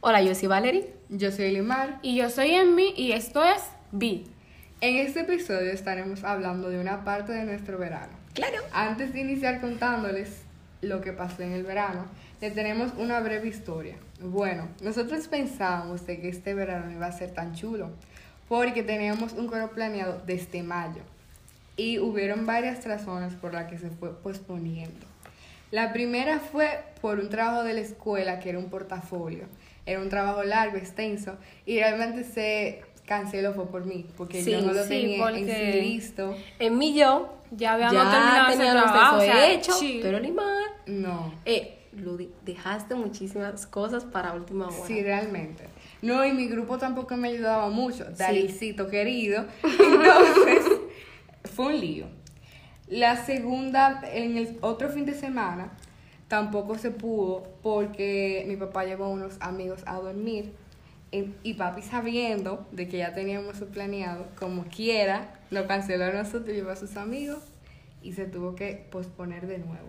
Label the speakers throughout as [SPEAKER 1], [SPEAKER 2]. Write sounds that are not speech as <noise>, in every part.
[SPEAKER 1] Hola, yo soy Valerie.
[SPEAKER 2] Yo soy Limar.
[SPEAKER 3] Y yo soy Emmy y esto es B.
[SPEAKER 2] En este episodio estaremos hablando de una parte de nuestro verano.
[SPEAKER 1] Claro.
[SPEAKER 2] Antes de iniciar contándoles lo que pasó en el verano, les tenemos una breve historia. Bueno, nosotros pensábamos de que este verano no iba a ser tan chulo, porque teníamos un coro planeado desde mayo y hubieron varias razones por las que se fue posponiendo. La primera fue por un trabajo de la escuela que era un portafolio. Era un trabajo largo, extenso, y realmente se canceló fue por mí, porque
[SPEAKER 1] Sí,
[SPEAKER 2] yo no lo
[SPEAKER 1] sí,
[SPEAKER 2] tenía en
[SPEAKER 3] porque-
[SPEAKER 2] sí listo.
[SPEAKER 1] En mí yo
[SPEAKER 3] Ya
[SPEAKER 1] ya
[SPEAKER 3] habíamos terminado ese
[SPEAKER 1] teníamos
[SPEAKER 3] trabajo,
[SPEAKER 1] eso
[SPEAKER 3] o sea,
[SPEAKER 1] hecho,
[SPEAKER 3] chill.
[SPEAKER 1] pero Limar.
[SPEAKER 2] No.
[SPEAKER 1] Eh, Ludi, dejaste muchísimas cosas para última hora.
[SPEAKER 2] Sí, realmente. No, y mi grupo tampoco me ayudaba mucho. Dalicito querido. Entonces, <laughs> fue un lío. La segunda, en el otro fin de semana, tampoco se pudo porque mi papá llevó a unos amigos a dormir. en- Y papi sabiendo de que ya teníamos su planeado, como quiera, lo canceló a nosotros, llevó a sus amigos y se tuvo que posponer de nuevo.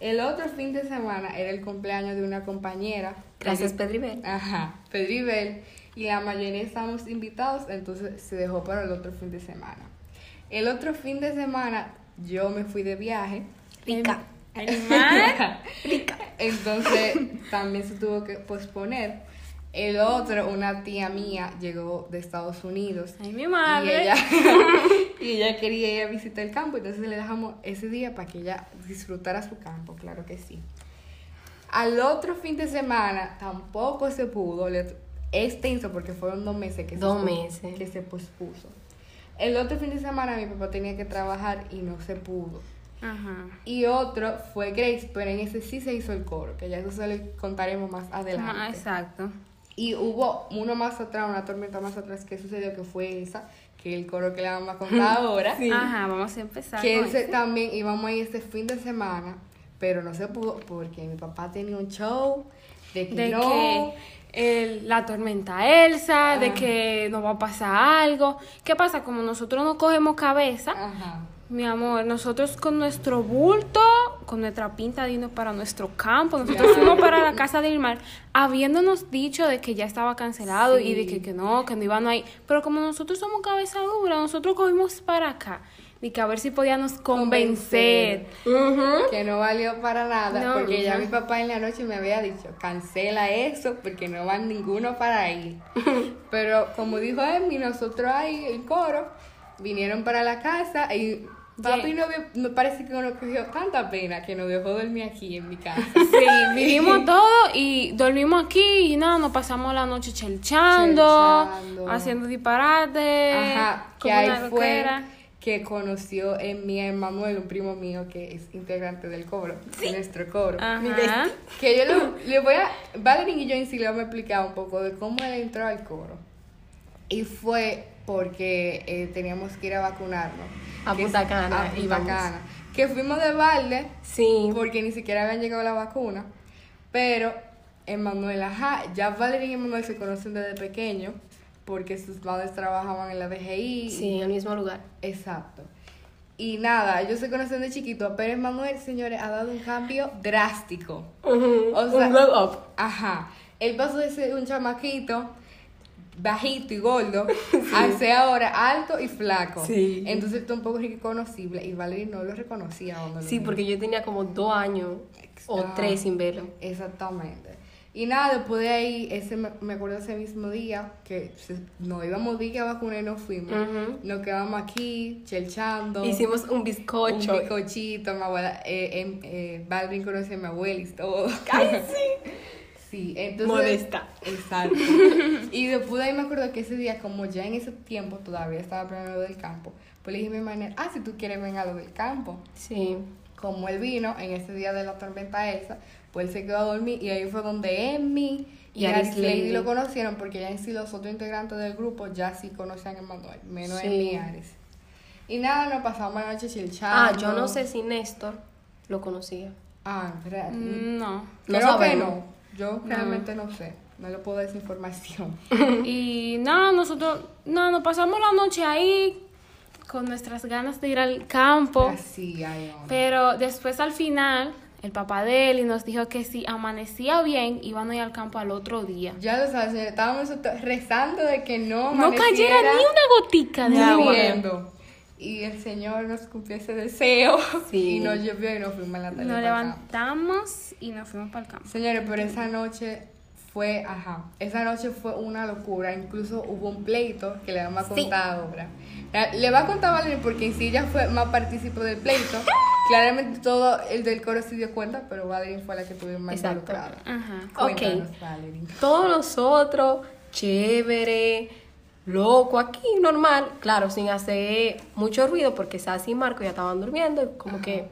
[SPEAKER 2] El otro fin de semana era el cumpleaños de una compañera.
[SPEAKER 1] Gracias,
[SPEAKER 2] Porque-
[SPEAKER 1] Pedribel.
[SPEAKER 2] Ajá, Pedribel. Y la mayoría estábamos invitados, entonces se dejó para el otro fin de semana. El otro fin de semana yo me fui de viaje.
[SPEAKER 1] Rica.
[SPEAKER 3] Em,
[SPEAKER 1] <laughs>
[SPEAKER 3] Animal.
[SPEAKER 2] Entonces también se tuvo que posponer. El otro, una tía mía, llegó de Estados Unidos.
[SPEAKER 3] Ay, mi
[SPEAKER 2] Y
[SPEAKER 3] madre.
[SPEAKER 1] <laughs>
[SPEAKER 2] ella, <laughs> y ella quería ir a visitar el campo, entonces le dejamos ese día para que ella disfrutara su campo, claro que sí. Al otro fin de semana tampoco se pudo, le- extenso porque fueron dos meses que,
[SPEAKER 1] Dos
[SPEAKER 2] se, pospu-
[SPEAKER 1] meses.
[SPEAKER 2] que se pospuso. El otro fin de semana mi papá tenía que trabajar y no se pudo.
[SPEAKER 3] Ajá.
[SPEAKER 2] Y otro fue Grace, pero en ese sí se hizo el coro, que ya eso se lo contaremos más adelante.
[SPEAKER 3] Ah, exacto.
[SPEAKER 2] Y hubo uno más atrás, una tormenta más atrás que sucedió, que fue esa, que el coro que le vamos a contar ahora.
[SPEAKER 3] Ajá, vamos a empezar.
[SPEAKER 2] Que
[SPEAKER 3] con
[SPEAKER 2] ese
[SPEAKER 3] ese.
[SPEAKER 2] también íbamos a ir este fin de semana, pero no se pudo porque mi papá tenía un show de que
[SPEAKER 3] De
[SPEAKER 2] no.
[SPEAKER 3] que el- la tormenta Elsa, de
[SPEAKER 1] Ah.
[SPEAKER 2] Ajá.
[SPEAKER 3] que nos va a pasar algo. ¿Qué pasa? Como nosotros no cogemos cabeza,
[SPEAKER 2] Ajá.
[SPEAKER 3] mi amor, nosotros con nuestro bulto, con nuestra pinta de irnos para nuestro campo, nosotros fuimos para la casa de Irmar, habiéndonos dicho de que ya estaba cancelado y de que, que no, que no iban a ir. Pero como nosotros somos cabeza dura, nosotros cogimos para acá. De que a ver si podíamos convencer.
[SPEAKER 2] Que no valió para nada,
[SPEAKER 3] No,
[SPEAKER 2] porque ya
[SPEAKER 3] mija.
[SPEAKER 2] mi papá en la noche me había dicho, cancela eso, porque no van ninguno para ahí. Pero como dijo Emi, nosotros ahí, el coro, vinieron para la casa y papi no vio- me parece que no cogió tanta pena que nos dejó dormir aquí en mi casa.
[SPEAKER 3] <laughs> Sí,
[SPEAKER 2] <laughs>
[SPEAKER 3] vivimos todo y dormimos aquí y nada, nos pasamos la noche chelchando,
[SPEAKER 2] Chelchando.
[SPEAKER 3] haciendo disparates.
[SPEAKER 2] Ajá, que
[SPEAKER 3] como una
[SPEAKER 2] ahí fue
[SPEAKER 3] loquera.
[SPEAKER 2] que conoció en mi Manuel, un primo mío que es integrante del coro, de nuestro coro.
[SPEAKER 3] Ajá.
[SPEAKER 2] Que yo lo- le voy a. Valerie y yo en sí le vamos a explicar un poco de cómo él entró al coro. Y fue porque eh, teníamos que ir a vacunarnos.
[SPEAKER 1] A
[SPEAKER 2] Que es-
[SPEAKER 1] Punta Cana,
[SPEAKER 2] A Punta
[SPEAKER 1] íbamos.
[SPEAKER 2] Cana. Que fuimos de balde
[SPEAKER 1] Sí.
[SPEAKER 2] porque ni siquiera habían llegado la vacuna. Pero Emanuel, ajá, ya Valerie y Emanuel se conocen desde pequeño porque sus padres trabajaban en la DGI.
[SPEAKER 1] Sí, en el mismo lugar.
[SPEAKER 2] Exacto. Y nada, ellos se conocen de chiquito, pero Emanuel, señores, ha dado un cambio drástico. O sea-
[SPEAKER 1] un glow up.
[SPEAKER 2] Ajá. Él pasó de ser un chamaquito bajito y
[SPEAKER 1] <laughs>
[SPEAKER 2] gordo a ser ahora alto y flaco.
[SPEAKER 1] Sí.
[SPEAKER 2] Entonces está un poco reconocible y Valerie no lo reconocía. cuando lo
[SPEAKER 1] Sí,
[SPEAKER 2] vio.
[SPEAKER 1] porque yo tenía como dos años o
[SPEAKER 2] Ah.
[SPEAKER 1] tres sin verlo.
[SPEAKER 2] Exactamente. Y nada, después de ahí, ese, me me acuerdo ese mismo día que se- nos íbamos de que a vacunar y nos fuimos.
[SPEAKER 1] Ujú.
[SPEAKER 2] Nos quedamos aquí, chelchando.
[SPEAKER 1] Hicimos un bizcocho.
[SPEAKER 2] Un bizcochito, mi abuela. Eh, em- eh, Balvin conoce a mi abuela y todo. <laughs> Sí, entonces.
[SPEAKER 1] Modesta.
[SPEAKER 2] Exacto. y después de ahí me acuerdo que ese día, como ya en ese tiempo todavía estaba primero del campo, pues le dije a mi hermana, ah, si tú quieres, ven a lo del campo.
[SPEAKER 1] Sí.
[SPEAKER 2] Como él vino en ese día de la tormenta esa, pues él se quedó a dormir y ahí fue donde Emmy y,
[SPEAKER 1] Y Aris
[SPEAKER 2] Aris Lady
[SPEAKER 1] Lady.
[SPEAKER 2] lo conocieron porque ya en sí los otros integrantes del grupo ya sí conocían a Manuel, menos
[SPEAKER 1] Sí.
[SPEAKER 2] Emmy y Aris. Y nada, nos pasamos la noche
[SPEAKER 1] Ah,
[SPEAKER 2] chilchando.
[SPEAKER 1] yo no sé si Néstor lo conocía.
[SPEAKER 2] Ah, espera.
[SPEAKER 3] Mm, No.
[SPEAKER 2] Creo que
[SPEAKER 1] sabemos.
[SPEAKER 2] no. Yo realmente no sé. No le puedo dar esa información.
[SPEAKER 3] Y nada, nosotros, nada, nos pasamos la noche ahí con nuestras ganas de ir al campo.
[SPEAKER 2] Así, ay, no.
[SPEAKER 3] Pero después al final, el papá de él y nos dijo que si amanecía bien, iban a ir al campo al otro día.
[SPEAKER 2] Ya lo sabes, señor, estábamos nosotros rezando de que no
[SPEAKER 3] No cayera ni una gotica de agua.
[SPEAKER 2] lloviendo. Y el Señor nos cumplió ese deseo.
[SPEAKER 1] Sí.
[SPEAKER 2] Y nos llovió y nos fuimos a la tarde.
[SPEAKER 3] Nos
[SPEAKER 2] para acá.
[SPEAKER 3] levantamos y nos fuimos para el campo.
[SPEAKER 2] Señores, pero esa noche fue, ajá, esa noche fue una locura. Incluso hubo un pleito que le vamos a
[SPEAKER 1] Sí.
[SPEAKER 2] contar ahora. La- Le va a contar Valerie porque en sí ella fue más partícipe del
[SPEAKER 1] <laughs>
[SPEAKER 2] pleito. Claramente todo el del coro se dio cuenta, pero Valerie fue la que tuvimos más
[SPEAKER 1] Exacto.
[SPEAKER 2] involucrada.
[SPEAKER 3] Ajá.
[SPEAKER 2] Cuéntanos, Valerie.
[SPEAKER 1] Todos nosotros, chévere, loco, aquí normal, claro, sin hacer mucho ruido porque Sassy y Marco ya estaban durmiendo, y como que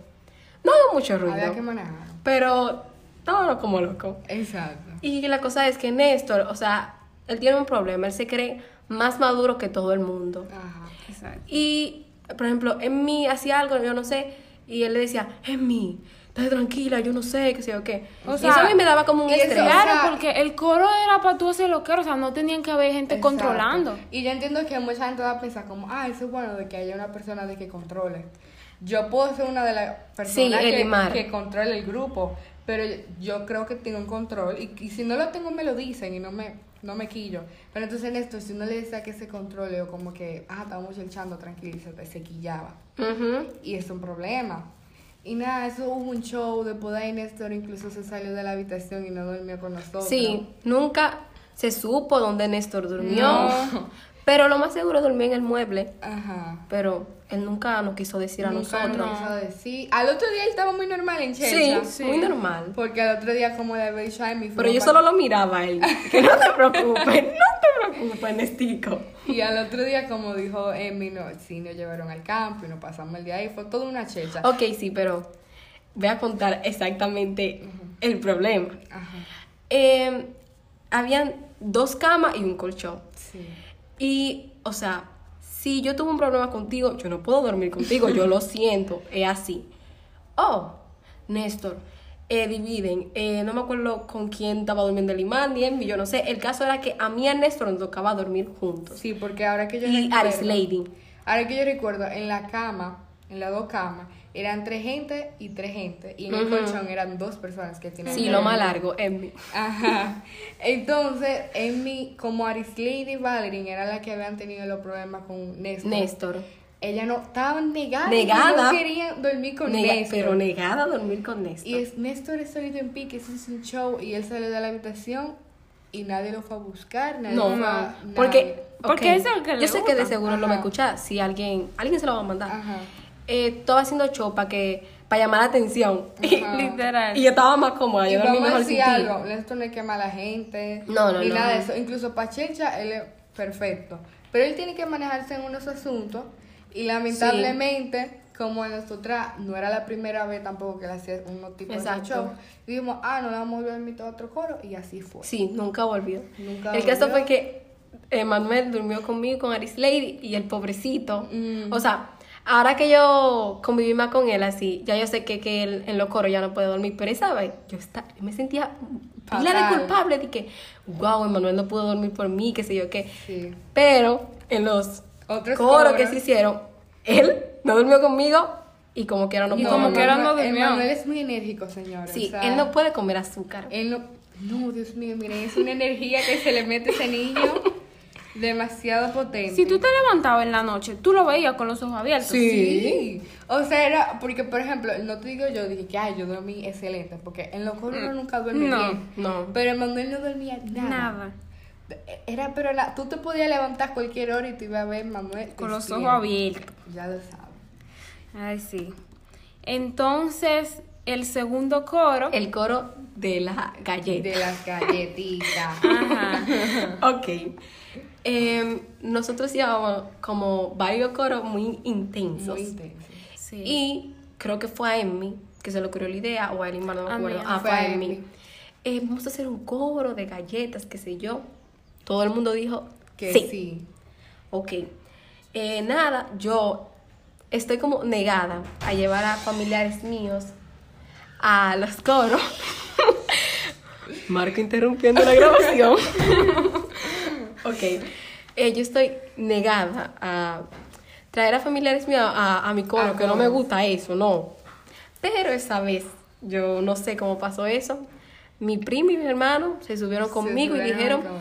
[SPEAKER 1] no hubo mucho
[SPEAKER 2] Había que
[SPEAKER 1] ruido,
[SPEAKER 2] manejar.
[SPEAKER 1] pero todo como loco.
[SPEAKER 2] Exacto.
[SPEAKER 1] Y la cosa es que Néstor, o sea, él tiene un problema, él se cree más maduro que todo el mundo.
[SPEAKER 2] Ajá.
[SPEAKER 3] Exacto.
[SPEAKER 1] Y, por ejemplo, en mí hacía algo, yo no sé, y él le decía, en mí, estate tranquila, yo no sé, qué sé yo qué.
[SPEAKER 3] O
[SPEAKER 1] y
[SPEAKER 3] sea,
[SPEAKER 1] eso a mí me daba como un
[SPEAKER 2] y eso-
[SPEAKER 1] estrés.
[SPEAKER 3] Claro,
[SPEAKER 2] O sea-
[SPEAKER 3] porque el coro era para tú hacer lo que era, o sea, no tenían que haber gente
[SPEAKER 2] Exacto.
[SPEAKER 3] controlando.
[SPEAKER 2] Y yo entiendo que mucha gente va a pensar como, ah, eso es bueno de que haya una persona de que controle. Yo puedo ser una de las personas
[SPEAKER 1] Sí,
[SPEAKER 2] que,
[SPEAKER 1] Elimar.
[SPEAKER 2] que controle el grupo, pero yo, yo creo que tengo un control y, y si no lo tengo me lo dicen y no me, no me quillo. Pero entonces en esto, si uno le decía que se controle o como que, ah, estamos luchando, tranquilízate, se quillaba.
[SPEAKER 1] Ujú.
[SPEAKER 2] Y es un problema. Y nada, eso hubo un show, después de ahí Néstor incluso se salió de la habitación y no durmió con nosotros.
[SPEAKER 1] Sí, nunca se supo dónde Néstor durmió.
[SPEAKER 2] No.
[SPEAKER 1] <laughs> Pero lo más seguro durmió en el mueble.
[SPEAKER 2] Ajá.
[SPEAKER 1] Pero él nunca nos quiso decir a
[SPEAKER 2] Nunca
[SPEAKER 1] nosotros.
[SPEAKER 2] nos hizo decir. Al otro día él estaba muy normal en
[SPEAKER 1] Sí,
[SPEAKER 2] Chelsea.
[SPEAKER 1] muy normal.
[SPEAKER 2] Porque al otro día como de había dicho, ay, mi
[SPEAKER 1] Pero yo
[SPEAKER 2] fuimos
[SPEAKER 1] solo
[SPEAKER 2] pa-
[SPEAKER 1] lo miraba a él. Que no te preocupes, <laughs> no te preocupes, Nestico.
[SPEAKER 2] Y al otro día como dijo Emi, no, sí, nos llevaron al campo y nos pasamos el día ahí. Fue toda una checha.
[SPEAKER 1] Ok, sí, pero voy a contar exactamente el problema.
[SPEAKER 2] Ajá,
[SPEAKER 1] Eh, habían dos camas y un colchón.
[SPEAKER 2] sí.
[SPEAKER 1] Y, o sea, si yo tuve un problema contigo, yo no puedo dormir contigo,
[SPEAKER 2] <laughs>
[SPEAKER 1] yo lo siento, es así. Oh, Néstor, eh, dividen, eh, no me acuerdo con quién estaba durmiendo el imán, ni Envy, yo no sé. El caso era que a mí y a Néstor nos tocaba dormir juntos.
[SPEAKER 2] Sí, porque ahora que yo
[SPEAKER 1] Y
[SPEAKER 2] recuerdo...
[SPEAKER 1] Aris Lady.
[SPEAKER 2] Ahora que yo recuerdo, en la cama, en las dos camas, eran tres gente y tres gente. Y en el colchón eran dos personas que tienen
[SPEAKER 1] Sí, lo más largo, Envy.
[SPEAKER 2] Ajá. Entonces, en mi, como Arislady y Valerie era la que habían tenido los problemas con Néstor.
[SPEAKER 1] Néstor.
[SPEAKER 2] Ella no estaba negada.
[SPEAKER 1] Negada.
[SPEAKER 2] No quería dormir con
[SPEAKER 1] Nega-
[SPEAKER 2] Néstor.
[SPEAKER 1] pero negada a dormir con Néstor.
[SPEAKER 2] y es, Néstor es solito en pique, eso es un show. Y él sale de la habitación y nadie lo fue a buscar. Nadie
[SPEAKER 1] No,
[SPEAKER 2] fue a-
[SPEAKER 1] no,
[SPEAKER 2] nadie.
[SPEAKER 1] porque,
[SPEAKER 3] Porque
[SPEAKER 1] ok,
[SPEAKER 3] es el que le
[SPEAKER 1] yo sé que de
[SPEAKER 3] gusta.
[SPEAKER 1] seguro lo va a
[SPEAKER 2] Ajá.
[SPEAKER 1] escuchar. Si alguien, alguien se lo va a mandar.
[SPEAKER 2] Ajá.
[SPEAKER 1] Eh, estaba haciendo show para que, para llamar la atención. <laughs>
[SPEAKER 2] Ajá.
[SPEAKER 3] Literal.
[SPEAKER 1] y yo estaba más cómoda,
[SPEAKER 2] Y
[SPEAKER 1] yo dormí
[SPEAKER 2] vamos a
[SPEAKER 1] mejor
[SPEAKER 2] decir
[SPEAKER 1] sin ti.
[SPEAKER 2] algo, Néstor no quema a la gente.
[SPEAKER 1] No, no,
[SPEAKER 2] Ni
[SPEAKER 1] no.
[SPEAKER 2] nada de eso. Incluso para Checha, él es perfecto. Pero él tiene que manejarse en unos asuntos. Y lamentablemente, como a nosotras no era la primera vez tampoco que le hacía unos tipos de
[SPEAKER 1] Exacto.
[SPEAKER 2] show, dijimos, ah, no la vamos a invitar a otro coro. Y así fue.
[SPEAKER 1] Sí, nunca volvió.
[SPEAKER 2] Nunca
[SPEAKER 1] el caso
[SPEAKER 2] volvió.
[SPEAKER 1] fue que eh, Manuel durmió conmigo, con Arislady y el pobrecito. O sea, ahora que yo conviví más con él así, ya yo sé que, que él en los coros ya no puede dormir, pero esa vez yo esta- me sentía pila de
[SPEAKER 2] Fatal.
[SPEAKER 1] culpable de que, wow, Manuel no pudo dormir por mí, qué sé yo qué.
[SPEAKER 2] Sí.
[SPEAKER 1] Pero en los
[SPEAKER 2] Otros
[SPEAKER 1] coros que
[SPEAKER 2] coros.
[SPEAKER 1] se hicieron, él no durmió conmigo y como quiera no
[SPEAKER 3] Y
[SPEAKER 1] pudo
[SPEAKER 3] como
[SPEAKER 1] dormir.
[SPEAKER 3] quiera no
[SPEAKER 2] Emanuel-
[SPEAKER 3] durmió.
[SPEAKER 2] Emanuel es muy enérgico, señores.
[SPEAKER 1] Sí,
[SPEAKER 2] o sea,
[SPEAKER 1] él no puede comer azúcar.
[SPEAKER 2] él no- No, Dios mío, miren, es una energía que se le mete a ese niño demasiado potente.
[SPEAKER 3] Si tú te levantabas en la noche, tú lo veías con los ojos abiertos.
[SPEAKER 2] Sí. O sea, era porque, por ejemplo, no te digo yo, dije que ay, yo dormí excelente, porque en los coros uno nunca duerme
[SPEAKER 3] No,
[SPEAKER 2] bien.
[SPEAKER 1] Mm. no.
[SPEAKER 2] Pero Manuel no dormía nada.
[SPEAKER 3] Nada.
[SPEAKER 2] Era, pero la- tú te podías levantar cualquier hora y te iba a ver Manuel.
[SPEAKER 3] Con los ojos
[SPEAKER 2] despierto.
[SPEAKER 3] abiertos.
[SPEAKER 2] Ya lo sabes.
[SPEAKER 3] Ay, sí. Entonces, el segundo coro.
[SPEAKER 1] El coro de la galleta.
[SPEAKER 2] De
[SPEAKER 3] <laughs>
[SPEAKER 2] las galletitas.
[SPEAKER 3] Ajá. <laughs>
[SPEAKER 1] <laughs> Ok. Em, nosotros llevábamos como varios coros muy intensos.
[SPEAKER 2] Muy intenso.
[SPEAKER 3] Sí.
[SPEAKER 1] Y creo que fue a Emmy que se le ocurrió la idea, o a Elimar, no me
[SPEAKER 3] A mí,
[SPEAKER 1] acuerdo.
[SPEAKER 3] a
[SPEAKER 1] Ah, fue a Emmy.
[SPEAKER 2] Emmy.
[SPEAKER 1] Eh, vamos a hacer un coro de galletas, qué sé yo. Todo el mundo dijo
[SPEAKER 2] Que
[SPEAKER 1] sí.
[SPEAKER 2] sí.
[SPEAKER 1] Ok. Eh, nada, yo estoy como negada a llevar a familiares míos a los coros. <laughs> Marco interrumpiendo la grabación. <laughs> ok. Eh, yo estoy negada a traer a familiares míos a, a mi coro,
[SPEAKER 2] A
[SPEAKER 1] que no me
[SPEAKER 2] coros.
[SPEAKER 1] gusta eso, no. Pero esa vez Yo no sé cómo pasó eso. Mi primo y mi hermano se subieron
[SPEAKER 2] Se
[SPEAKER 1] conmigo y
[SPEAKER 2] subieron al
[SPEAKER 1] dijeron,
[SPEAKER 2] coro.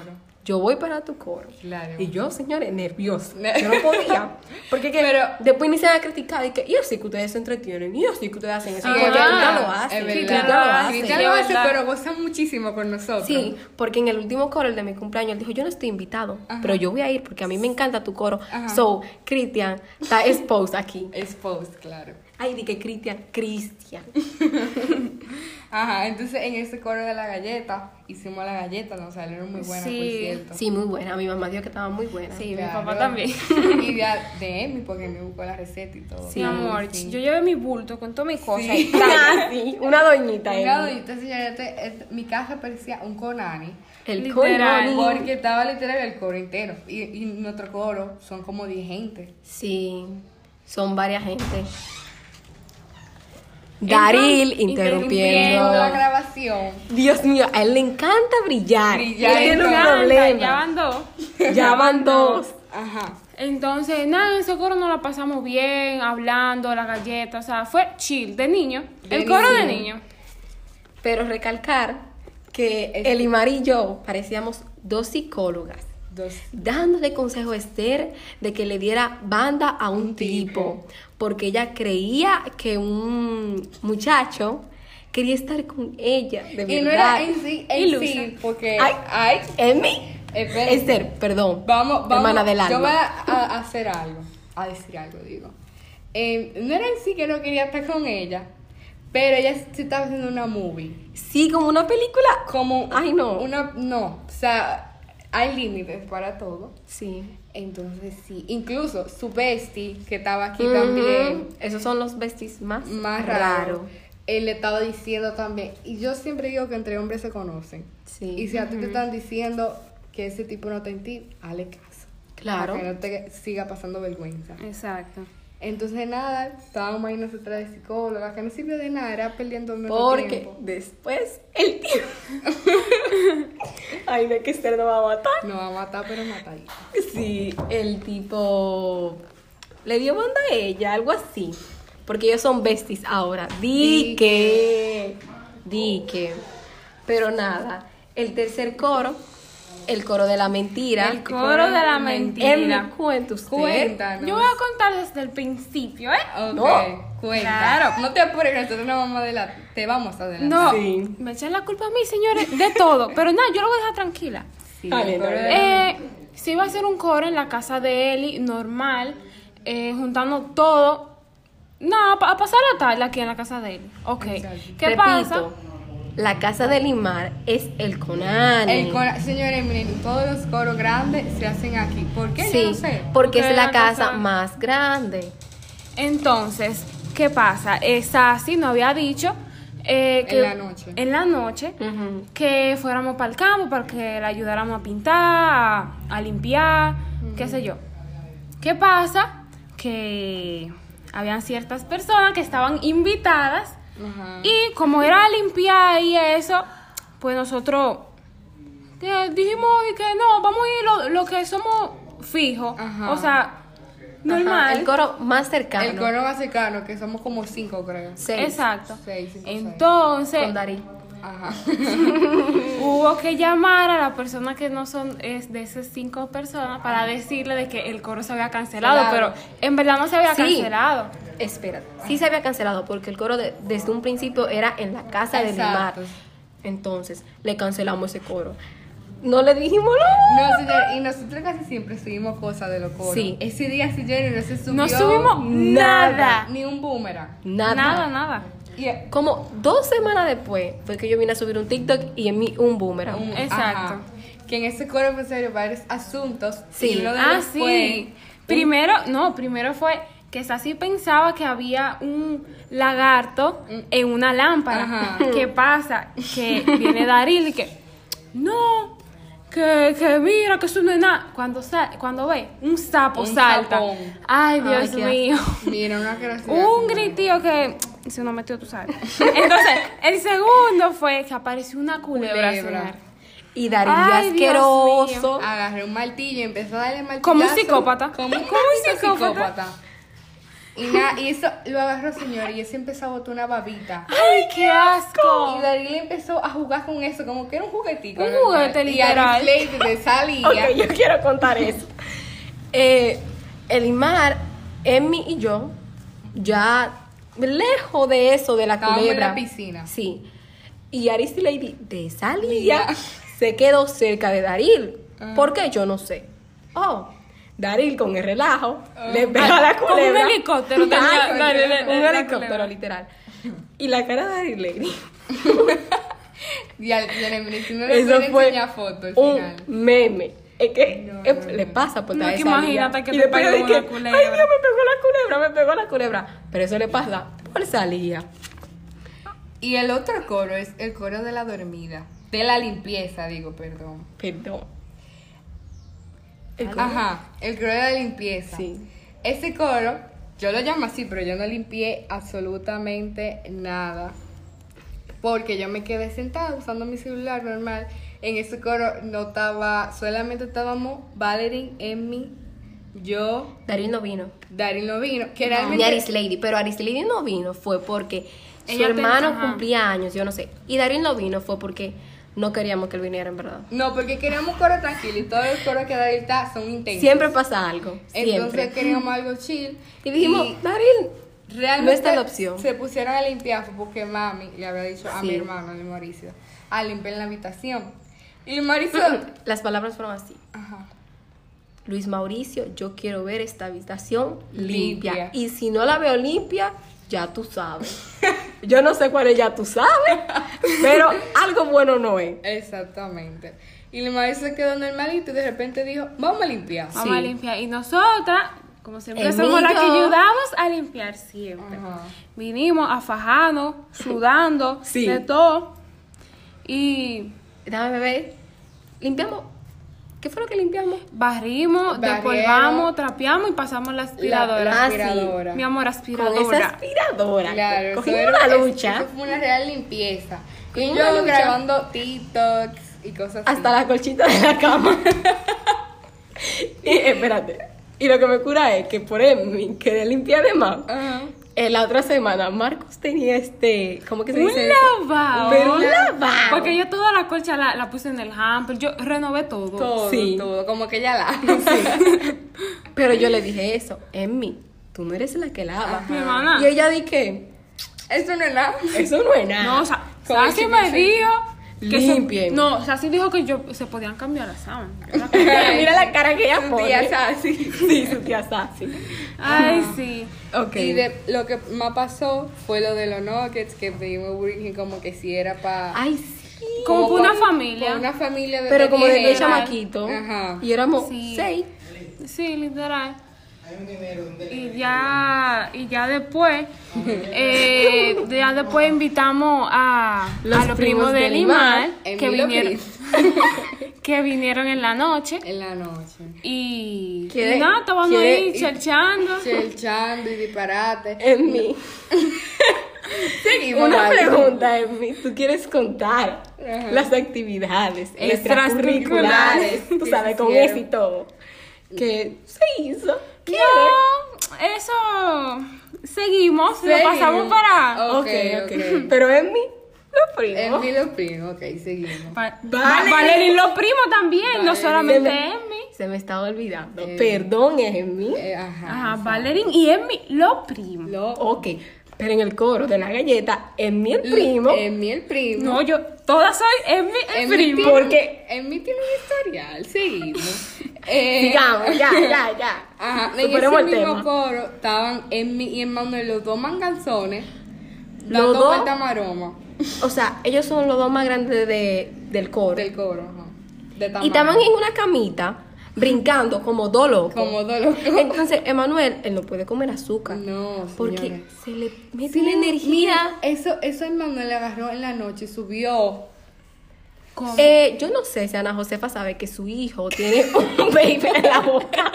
[SPEAKER 1] yo voy para tu coro.
[SPEAKER 2] Claro.
[SPEAKER 1] Y yo, señores, nerviosa.
[SPEAKER 2] Ne- <laughs>
[SPEAKER 1] Yo no podía. Porque que
[SPEAKER 2] Pero-
[SPEAKER 1] después inician a criticar y que yo sí que ustedes se entretienen, yo sí que ustedes hacen eso.
[SPEAKER 3] Sí,
[SPEAKER 1] Y
[SPEAKER 3] es
[SPEAKER 1] yo,
[SPEAKER 3] verdad,
[SPEAKER 1] Cristian lo hace,
[SPEAKER 2] Ah, Es
[SPEAKER 1] Cristian
[SPEAKER 2] verdad.
[SPEAKER 1] lo hace.
[SPEAKER 2] Cristian
[SPEAKER 3] es
[SPEAKER 2] lo hace,
[SPEAKER 3] verdad.
[SPEAKER 2] pero goza muchísimo con nosotros.
[SPEAKER 1] Sí, porque en el último coro, el de mi cumpleaños, él dijo, yo no estoy invitado, pero yo voy a ir porque a mí me encanta tu coro.
[SPEAKER 2] Ajá.
[SPEAKER 1] So, Cristian está exposed aquí.
[SPEAKER 2] Es post, claro.
[SPEAKER 1] Ay, di que Cristian, Cristian.
[SPEAKER 2] Ajá, entonces en ese coro de la galleta, hicimos la galleta, nos salieron muy buenas,
[SPEAKER 3] Sí.
[SPEAKER 2] por cierto.
[SPEAKER 1] Sí, muy buena. Mi mamá dijo que estaba muy buena.
[SPEAKER 3] Sí, mi
[SPEAKER 2] Claro.
[SPEAKER 3] papá también.
[SPEAKER 2] Y de, de Emi, porque me buscó la receta y todo.
[SPEAKER 3] mi amor,
[SPEAKER 2] sí.
[SPEAKER 3] yo llevé mi bulto con todas mis <laughs> cosas.
[SPEAKER 2] Sí.
[SPEAKER 1] Una, sí, una doñita. eh. Emi.
[SPEAKER 2] Cuidado, y entonces yo ya te- es- mi casa parecía un conani.
[SPEAKER 1] El
[SPEAKER 3] Literal,
[SPEAKER 1] coro.
[SPEAKER 2] Porque estaba literal el coro entero. Y, y nuestro coro son como 10 gente.
[SPEAKER 1] Sí, son varias gente. Daril
[SPEAKER 3] interrumpiendo.
[SPEAKER 1] interrumpiendo.
[SPEAKER 2] la grabación.
[SPEAKER 1] Dios mío, a él le encanta brillar.
[SPEAKER 2] Brillar,
[SPEAKER 1] Él tiene un
[SPEAKER 3] Anda, Ya
[SPEAKER 1] problema.
[SPEAKER 3] van dos.
[SPEAKER 1] <laughs> Ya van dos.
[SPEAKER 2] Ajá.
[SPEAKER 3] Entonces, nada, en ese coro nos la pasamos bien, hablando, la galleta, o sea, fue chill, de niño.
[SPEAKER 2] De
[SPEAKER 3] el coro de
[SPEAKER 2] niño.
[SPEAKER 3] niño.
[SPEAKER 1] Pero recalcar que Elimar y yo parecíamos dos psicólogas.
[SPEAKER 2] Dos.
[SPEAKER 1] dándole consejo a Esther de que le diera banda a un, tipo, porque ella creía que un muchacho quería estar con ella, de
[SPEAKER 2] Y no
[SPEAKER 1] verdad.
[SPEAKER 2] era en sí, en
[SPEAKER 1] Ilusa.
[SPEAKER 2] sí, porque.
[SPEAKER 1] Ay. Este,
[SPEAKER 2] ay
[SPEAKER 1] Emmy.
[SPEAKER 2] Espera.
[SPEAKER 1] Esther, perdón.
[SPEAKER 2] Vamos, vamos.
[SPEAKER 1] Hermana del alma.
[SPEAKER 2] Yo voy a, a hacer algo, a decir algo, digo. Eh, no era en sí que no quería estar con ella, pero ella se estaba haciendo una movie.
[SPEAKER 1] Sí, como una película.
[SPEAKER 2] Como.
[SPEAKER 1] Ay, no.
[SPEAKER 2] Una, no, o sea, hay límites para todo.
[SPEAKER 1] Sí.
[SPEAKER 2] Entonces sí, incluso su bestie, que estaba aquí
[SPEAKER 1] Ujú.
[SPEAKER 2] también,
[SPEAKER 1] Mm. Esos son los besties más,
[SPEAKER 2] más raro. Él le estaba diciendo también, y yo siempre digo que entre hombres se conocen.
[SPEAKER 1] Sí.
[SPEAKER 2] Y si a ti te están diciendo que ese tipo no está en ti, hale caso.
[SPEAKER 1] Claro.
[SPEAKER 2] Para que no te siga pasando vergüenza.
[SPEAKER 3] Exacto.
[SPEAKER 2] Entonces nada, estábamos ahí nosotras de psicóloga, que no sirvió de nada, era perdiendo nuestro
[SPEAKER 1] Porque
[SPEAKER 2] tiempo.
[SPEAKER 1] después
[SPEAKER 2] <laughs>
[SPEAKER 1] el tío. Ay, no, que Esther no va a matar.
[SPEAKER 2] No va a matar, pero mata ahí.
[SPEAKER 1] Sí, el tipo le dio banda a ella, algo así. Porque ellos son besties ahora. Di
[SPEAKER 2] Di
[SPEAKER 1] que. Di que. Pero nada, el tercer coro, el coro de la mentira.
[SPEAKER 3] El coro de la mentira.
[SPEAKER 1] Em, cuenta usted.
[SPEAKER 2] Cuéntanos.
[SPEAKER 3] Yo voy a contar desde el principio, ¿eh?
[SPEAKER 2] Ok,
[SPEAKER 1] No.
[SPEAKER 2] cuenta.
[SPEAKER 3] Claro.
[SPEAKER 2] No te apures, que nosotros no vamos a adelantar. Te vamos a adelantar.
[SPEAKER 3] No,
[SPEAKER 1] Sí.
[SPEAKER 3] me echan la culpa a mí, señores, de todo. Pero nada, yo lo voy a dejar tranquila.
[SPEAKER 2] Sí,
[SPEAKER 1] Dale,
[SPEAKER 2] pero-
[SPEAKER 1] dale.
[SPEAKER 3] Eh, se iba a hacer un coro en la casa de Eli, normal, eh, juntando todo. No, pa- a pasar la tarde aquí en la casa de Eli. Ok.
[SPEAKER 2] Exacto.
[SPEAKER 3] ¿Qué
[SPEAKER 1] Repito,
[SPEAKER 3] pasa?
[SPEAKER 1] La casa de Limar es el Conani.
[SPEAKER 2] El cora- señores, miren, todos los coros grandes se hacen aquí. ¿Por qué?
[SPEAKER 1] Sí,
[SPEAKER 2] Yo no sé.
[SPEAKER 1] porque es
[SPEAKER 3] Porque
[SPEAKER 1] la
[SPEAKER 3] la
[SPEAKER 1] casa
[SPEAKER 3] casa-
[SPEAKER 1] más grande.
[SPEAKER 3] Entonces, ¿qué pasa? Eh, Sassy nos había dicho eh, que
[SPEAKER 2] En la noche.
[SPEAKER 3] en la noche,
[SPEAKER 1] Ujú.
[SPEAKER 3] que fuéramos para el campo para que la ayudáramos a pintar, a, a limpiar, qué sé yo. ¿Qué pasa? Que habían ciertas personas que estaban invitadas
[SPEAKER 2] Ajá.
[SPEAKER 3] y como era limpiar y eso, pues nosotros eh, dijimos de que no, vamos a ir lo, lo que somos fijos,
[SPEAKER 2] Ajá.
[SPEAKER 3] o sea, normal.
[SPEAKER 1] Ajá, el coro más cercano.
[SPEAKER 2] El coro más cercano, que somos como cinco, creo.
[SPEAKER 1] Seis.
[SPEAKER 3] Exacto.
[SPEAKER 2] Seis, cinco, seis.
[SPEAKER 3] Entonces,
[SPEAKER 1] Con Darí. <laughs>
[SPEAKER 2] Ajá.
[SPEAKER 3] <laughs> hubo que llamar a la persona que no son es de esas cinco personas para decirle de que el coro se había cancelado,
[SPEAKER 2] Claro.
[SPEAKER 3] pero en verdad no se había
[SPEAKER 1] Sí.
[SPEAKER 3] cancelado.
[SPEAKER 1] Espera, sí se había cancelado porque el coro de- desde un principio era en la casa de Limar.
[SPEAKER 2] Exacto.
[SPEAKER 1] Entonces, le cancelamos ese coro. No le dijimos no.
[SPEAKER 2] No, señor, y nosotros casi siempre subimos cosas de los coros.
[SPEAKER 1] Sí.
[SPEAKER 2] Ese día, señores, no se subió.
[SPEAKER 3] No subimos nada.
[SPEAKER 2] Ni un boomerang.
[SPEAKER 1] Nada.
[SPEAKER 3] Nada, nada.
[SPEAKER 2] Y
[SPEAKER 1] Como dos semanas después fue que yo vine a subir un TikTok y en mí un boomerang.
[SPEAKER 2] un-
[SPEAKER 3] Exacto.
[SPEAKER 2] ajá. Que en ese coro pasaron varios asuntos.
[SPEAKER 1] Sí.
[SPEAKER 2] Y uno de
[SPEAKER 3] Ah,
[SPEAKER 2] ellos
[SPEAKER 3] sí.
[SPEAKER 2] fue-
[SPEAKER 3] Primero, no, primero fue que Sassy pensaba que había un lagarto en una lámpara.
[SPEAKER 2] Mm. Ajá.
[SPEAKER 3] <laughs> ¿Qué pasa? Que viene Daril y que, no, que, que mira, que eso no es nada. Cuando, sal- cuando ve, un sapo
[SPEAKER 2] Un
[SPEAKER 3] salta.
[SPEAKER 2] sapón.
[SPEAKER 3] Ay,
[SPEAKER 1] Ay,
[SPEAKER 3] Dios
[SPEAKER 1] qué
[SPEAKER 3] mío.
[SPEAKER 2] Mira, una gracia.
[SPEAKER 3] <laughs> Un gritillo que se nos metió, tú sabes. Entonces, el segundo fue que apareció una culebra. a
[SPEAKER 2] Culebra.
[SPEAKER 3] cenar.
[SPEAKER 1] Y Darí
[SPEAKER 3] Ay, Dios
[SPEAKER 1] asqueroso.
[SPEAKER 2] Agarré un martillo y empezó a darle
[SPEAKER 3] <laughs>
[SPEAKER 2] martillo.
[SPEAKER 3] Como un psicópata.
[SPEAKER 2] Como un
[SPEAKER 3] Como un
[SPEAKER 2] maldito
[SPEAKER 3] psicópata.
[SPEAKER 2] psicópata. Y, na- y eso lo agarró, señor, y ese empezó a botar una babita.
[SPEAKER 3] ¡Ay, qué asco!
[SPEAKER 2] Y Daril empezó a jugar con eso, como que era un juguetico.
[SPEAKER 3] Un
[SPEAKER 2] ¿no?
[SPEAKER 3] juguete, literal.
[SPEAKER 2] Y Arifley le
[SPEAKER 1] <laughs>
[SPEAKER 2] salía.
[SPEAKER 1] Ok, yo quiero contar eso. Eh, Elimar, Emmy y yo, ya lejos de eso, de la
[SPEAKER 2] Estábamos en
[SPEAKER 1] culebra.
[SPEAKER 2] la piscina.
[SPEAKER 1] Sí. Y Aristi Lady de salida
[SPEAKER 2] Mira.
[SPEAKER 1] se quedó cerca de Daril. ¿Por qué? Yo no sé. Oh, Daril con el relajo le pegó a la
[SPEAKER 3] Con
[SPEAKER 1] culebra.
[SPEAKER 3] un helicóptero tenía-
[SPEAKER 1] Ay,
[SPEAKER 3] Daril, la-
[SPEAKER 1] un
[SPEAKER 3] la
[SPEAKER 1] helicóptero,
[SPEAKER 3] culebra.
[SPEAKER 1] literal. Y la cara de Daril Lady.
[SPEAKER 2] Y al y al- y si no le
[SPEAKER 1] Eso
[SPEAKER 2] pueden
[SPEAKER 1] fue
[SPEAKER 2] enseñar foto al
[SPEAKER 1] un
[SPEAKER 2] final.
[SPEAKER 1] meme. Es que
[SPEAKER 2] No,
[SPEAKER 1] es-
[SPEAKER 2] no,
[SPEAKER 1] le pasa por
[SPEAKER 3] No,
[SPEAKER 1] toda
[SPEAKER 3] que
[SPEAKER 1] esa
[SPEAKER 3] imagínate
[SPEAKER 1] vida.
[SPEAKER 3] que
[SPEAKER 1] Y
[SPEAKER 3] te
[SPEAKER 1] después
[SPEAKER 3] pegó
[SPEAKER 1] de que,
[SPEAKER 3] una
[SPEAKER 1] Ay,
[SPEAKER 3] culebra".
[SPEAKER 1] Dios, me pegó la culebra, me pegó la culebra. Pero eso le pasa por salida.
[SPEAKER 2] Y el otro coro es el coro de la dormida. De la limpieza, digo, perdón.
[SPEAKER 1] Perdón. El co-
[SPEAKER 2] Ajá, el coro de la limpieza.
[SPEAKER 1] Sí.
[SPEAKER 2] Ese coro, yo lo llamo así, pero yo no limpié absolutamente nada. Porque yo me quedé sentada usando mi celular normal. En ese coro no estaba, solamente estábamos Valerie, Emmy, yo,
[SPEAKER 1] Darín no vino.
[SPEAKER 2] Darin no vino. Que
[SPEAKER 1] Ni
[SPEAKER 2] realmente.
[SPEAKER 1] Aris Lady, pero Aris Lady no vino fue porque su
[SPEAKER 3] Ella pensó,
[SPEAKER 1] hermano
[SPEAKER 3] ajá.
[SPEAKER 1] cumplía años, yo no sé. Y Darín no vino fue porque no queríamos que él viniera, en verdad.
[SPEAKER 2] No, porque queríamos un coro tranquilo y todos los coros que Darin está son intensos.
[SPEAKER 1] Siempre pasa algo.
[SPEAKER 2] Entonces
[SPEAKER 1] Siempre.
[SPEAKER 2] queríamos algo chill.
[SPEAKER 1] Y dijimos,
[SPEAKER 2] y- <laughs>
[SPEAKER 1] Darín,
[SPEAKER 2] Realmente
[SPEAKER 1] No está la opción.
[SPEAKER 2] se pusieron a limpiar fue porque mami le había dicho a mi
[SPEAKER 1] Sí.
[SPEAKER 2] hermano, el Mauricio, a limpiar la habitación. Y Mauricio,
[SPEAKER 1] <laughs> las palabras fueron así.
[SPEAKER 2] ajá,
[SPEAKER 1] Luis Mauricio, yo quiero ver esta habitación limpia.
[SPEAKER 2] Limpia.
[SPEAKER 1] Y si no la veo limpia, ya tú sabes. <laughs> Yo no sé cuál es, ya tú sabes. <laughs> Pero algo bueno no es.
[SPEAKER 2] exactamente. Y el Mauricio se quedó normalito y de repente dijo, vamos a limpiar.
[SPEAKER 3] Vamos a
[SPEAKER 1] Sí.
[SPEAKER 3] limpiar. Y nosotras, como siempre,
[SPEAKER 1] El
[SPEAKER 3] somos las que
[SPEAKER 1] mío.
[SPEAKER 3] ayudamos a limpiar siempre.
[SPEAKER 2] Ajá.
[SPEAKER 3] Vinimos afajanos, sudando,
[SPEAKER 1] Sí.
[SPEAKER 3] de todo. Y
[SPEAKER 1] Dame ver. Limpiamos. ¿Qué fue lo que limpiamos?
[SPEAKER 3] barrimos,
[SPEAKER 2] Barrieron.
[SPEAKER 3] despolvamos, trapeamos y pasamos la aspiradora.
[SPEAKER 2] La, la
[SPEAKER 1] Ah, sí.
[SPEAKER 2] aspiradora.
[SPEAKER 3] Mi amor,
[SPEAKER 1] Con esa
[SPEAKER 3] aspiradora.
[SPEAKER 1] aspiradora.
[SPEAKER 2] Claro,
[SPEAKER 1] Cogimos
[SPEAKER 2] eso
[SPEAKER 1] una
[SPEAKER 2] era-
[SPEAKER 1] lucha.
[SPEAKER 2] eso fue una real limpieza. Y yo
[SPEAKER 1] Una lucha.
[SPEAKER 2] grabando TikToks y cosas así.
[SPEAKER 1] Hasta la colchita de la <laughs> cama. y espérate. Y lo que me cura es que por él quería limpiar de más.
[SPEAKER 2] Ajá.
[SPEAKER 1] Eh, la otra semana, Marcos tenía este. ¿Cómo que se
[SPEAKER 3] Un
[SPEAKER 1] dice? eso?
[SPEAKER 3] lavado.
[SPEAKER 1] Pero un lavado.
[SPEAKER 3] Porque yo toda la colcha la, la puse en el hamper, yo renové todo.
[SPEAKER 2] Todo,
[SPEAKER 1] Sí.
[SPEAKER 2] todo, como que ya
[SPEAKER 1] <laughs>
[SPEAKER 2] la... <laughs>
[SPEAKER 1] Pero yo le dije eso, Emmy, tú no eres la que lava.
[SPEAKER 3] Mi hermana.
[SPEAKER 1] Y ella dije,
[SPEAKER 2] Eso no es nada.
[SPEAKER 1] eso no es nada.
[SPEAKER 3] No, o sea,
[SPEAKER 2] Como
[SPEAKER 3] Sassi
[SPEAKER 2] si
[SPEAKER 3] me
[SPEAKER 2] fuese-
[SPEAKER 3] dijo que se-
[SPEAKER 1] Limpien.
[SPEAKER 3] no, Sassi dijo que yo se podían cambiar las
[SPEAKER 1] <laughs>
[SPEAKER 3] sábanas. Yo la cambié.
[SPEAKER 1] Mira la cara que ella
[SPEAKER 2] Su
[SPEAKER 1] pone.
[SPEAKER 2] tía Sassi.
[SPEAKER 1] <laughs> Sí, su tía Sassy.
[SPEAKER 3] Ay, sí.
[SPEAKER 1] Ok.
[SPEAKER 2] Y de, lo que más pasó fue lo de los nuggets que pedimos Burger King como que si era para...
[SPEAKER 1] Ay, sí.
[SPEAKER 3] Como por una familia.
[SPEAKER 2] una familia de
[SPEAKER 1] Pero como
[SPEAKER 2] de
[SPEAKER 1] desde
[SPEAKER 2] diez.
[SPEAKER 1] chamaquito.
[SPEAKER 2] Ajá.
[SPEAKER 1] Y éramos
[SPEAKER 3] Sí.
[SPEAKER 1] seis.
[SPEAKER 3] Sí, literal. Y ya, y ya después, eh, ya después invitamos a a los, primos, de Limar que
[SPEAKER 2] Emilio
[SPEAKER 3] vinieron, <laughs> que vinieron en la noche.
[SPEAKER 2] En la noche.
[SPEAKER 3] Y,
[SPEAKER 1] Quiere-
[SPEAKER 3] y nada, estábamos
[SPEAKER 1] quiere-
[SPEAKER 3] ahí cherchando.
[SPEAKER 2] Chelchando y disparate.
[SPEAKER 1] Emmy.
[SPEAKER 2] Seguimos.
[SPEAKER 1] Eh, Una
[SPEAKER 2] Lali.
[SPEAKER 1] pregunta, Emmy. ¿Tú quieres contar
[SPEAKER 2] Ajá.
[SPEAKER 1] las actividades
[SPEAKER 3] Extracurriculares
[SPEAKER 1] extracurriculares? Tú
[SPEAKER 2] que
[SPEAKER 1] sabes, con
[SPEAKER 2] hicieron.
[SPEAKER 1] eso y todo. Que se hizo. ¿Quieres?
[SPEAKER 3] No, eso. Seguimos, lo pasamos para.
[SPEAKER 2] Ok,
[SPEAKER 1] Ok,
[SPEAKER 2] ok.
[SPEAKER 1] ok. Pero Emmy, los primos.
[SPEAKER 2] Emmy los primos, ok, seguimos.
[SPEAKER 3] pa-
[SPEAKER 1] Vale.
[SPEAKER 3] va- Valeria y los primos también, no solamente
[SPEAKER 1] Se me-
[SPEAKER 3] Emmy.
[SPEAKER 1] Se me estaba olvidando.
[SPEAKER 2] Eh.
[SPEAKER 1] Perdón, Emmy.
[SPEAKER 2] Eh, ajá.
[SPEAKER 3] Ajá, Valerín y Emmy, los primos.
[SPEAKER 2] Lo-
[SPEAKER 1] Ok, pero en el coro de la galleta, Emmy el primo.
[SPEAKER 2] Emmy eh, el primo.
[SPEAKER 3] No, yo todas soy Emmy el
[SPEAKER 2] Emmy
[SPEAKER 3] primo.
[SPEAKER 2] tiene-
[SPEAKER 1] porque-
[SPEAKER 2] Emmy tiene un historial, seguimos. Eh,
[SPEAKER 1] Digamos, ya, ya, ya.
[SPEAKER 2] Ajá, en ese
[SPEAKER 1] Superemos el
[SPEAKER 2] mismo
[SPEAKER 1] tema.
[SPEAKER 2] coro estaban Emmy y Emmanuel, los dos manganzones,
[SPEAKER 1] Los
[SPEAKER 2] dando
[SPEAKER 1] dos
[SPEAKER 2] vuelta a maroma
[SPEAKER 1] O sea, ellos son los dos más grandes de- del coro.
[SPEAKER 2] del coro. ajá, de
[SPEAKER 1] y estaban en una camita, brincando como dos locos.
[SPEAKER 2] Como dos
[SPEAKER 1] <laughs>
[SPEAKER 2] locos.
[SPEAKER 1] Entonces, Emanuel, él no puede comer azúcar.
[SPEAKER 2] No,
[SPEAKER 1] Porque
[SPEAKER 2] señores.
[SPEAKER 1] se le mete
[SPEAKER 2] Sí,
[SPEAKER 1] una energía.
[SPEAKER 2] mira, eso, eso Emmanuel le agarró en la noche y
[SPEAKER 1] <laughs>
[SPEAKER 2] subió.
[SPEAKER 3] ¿Cómo?
[SPEAKER 1] Eh, yo no sé si Ana Josefa sabe que su hijo tiene <laughs> un baby en la boca.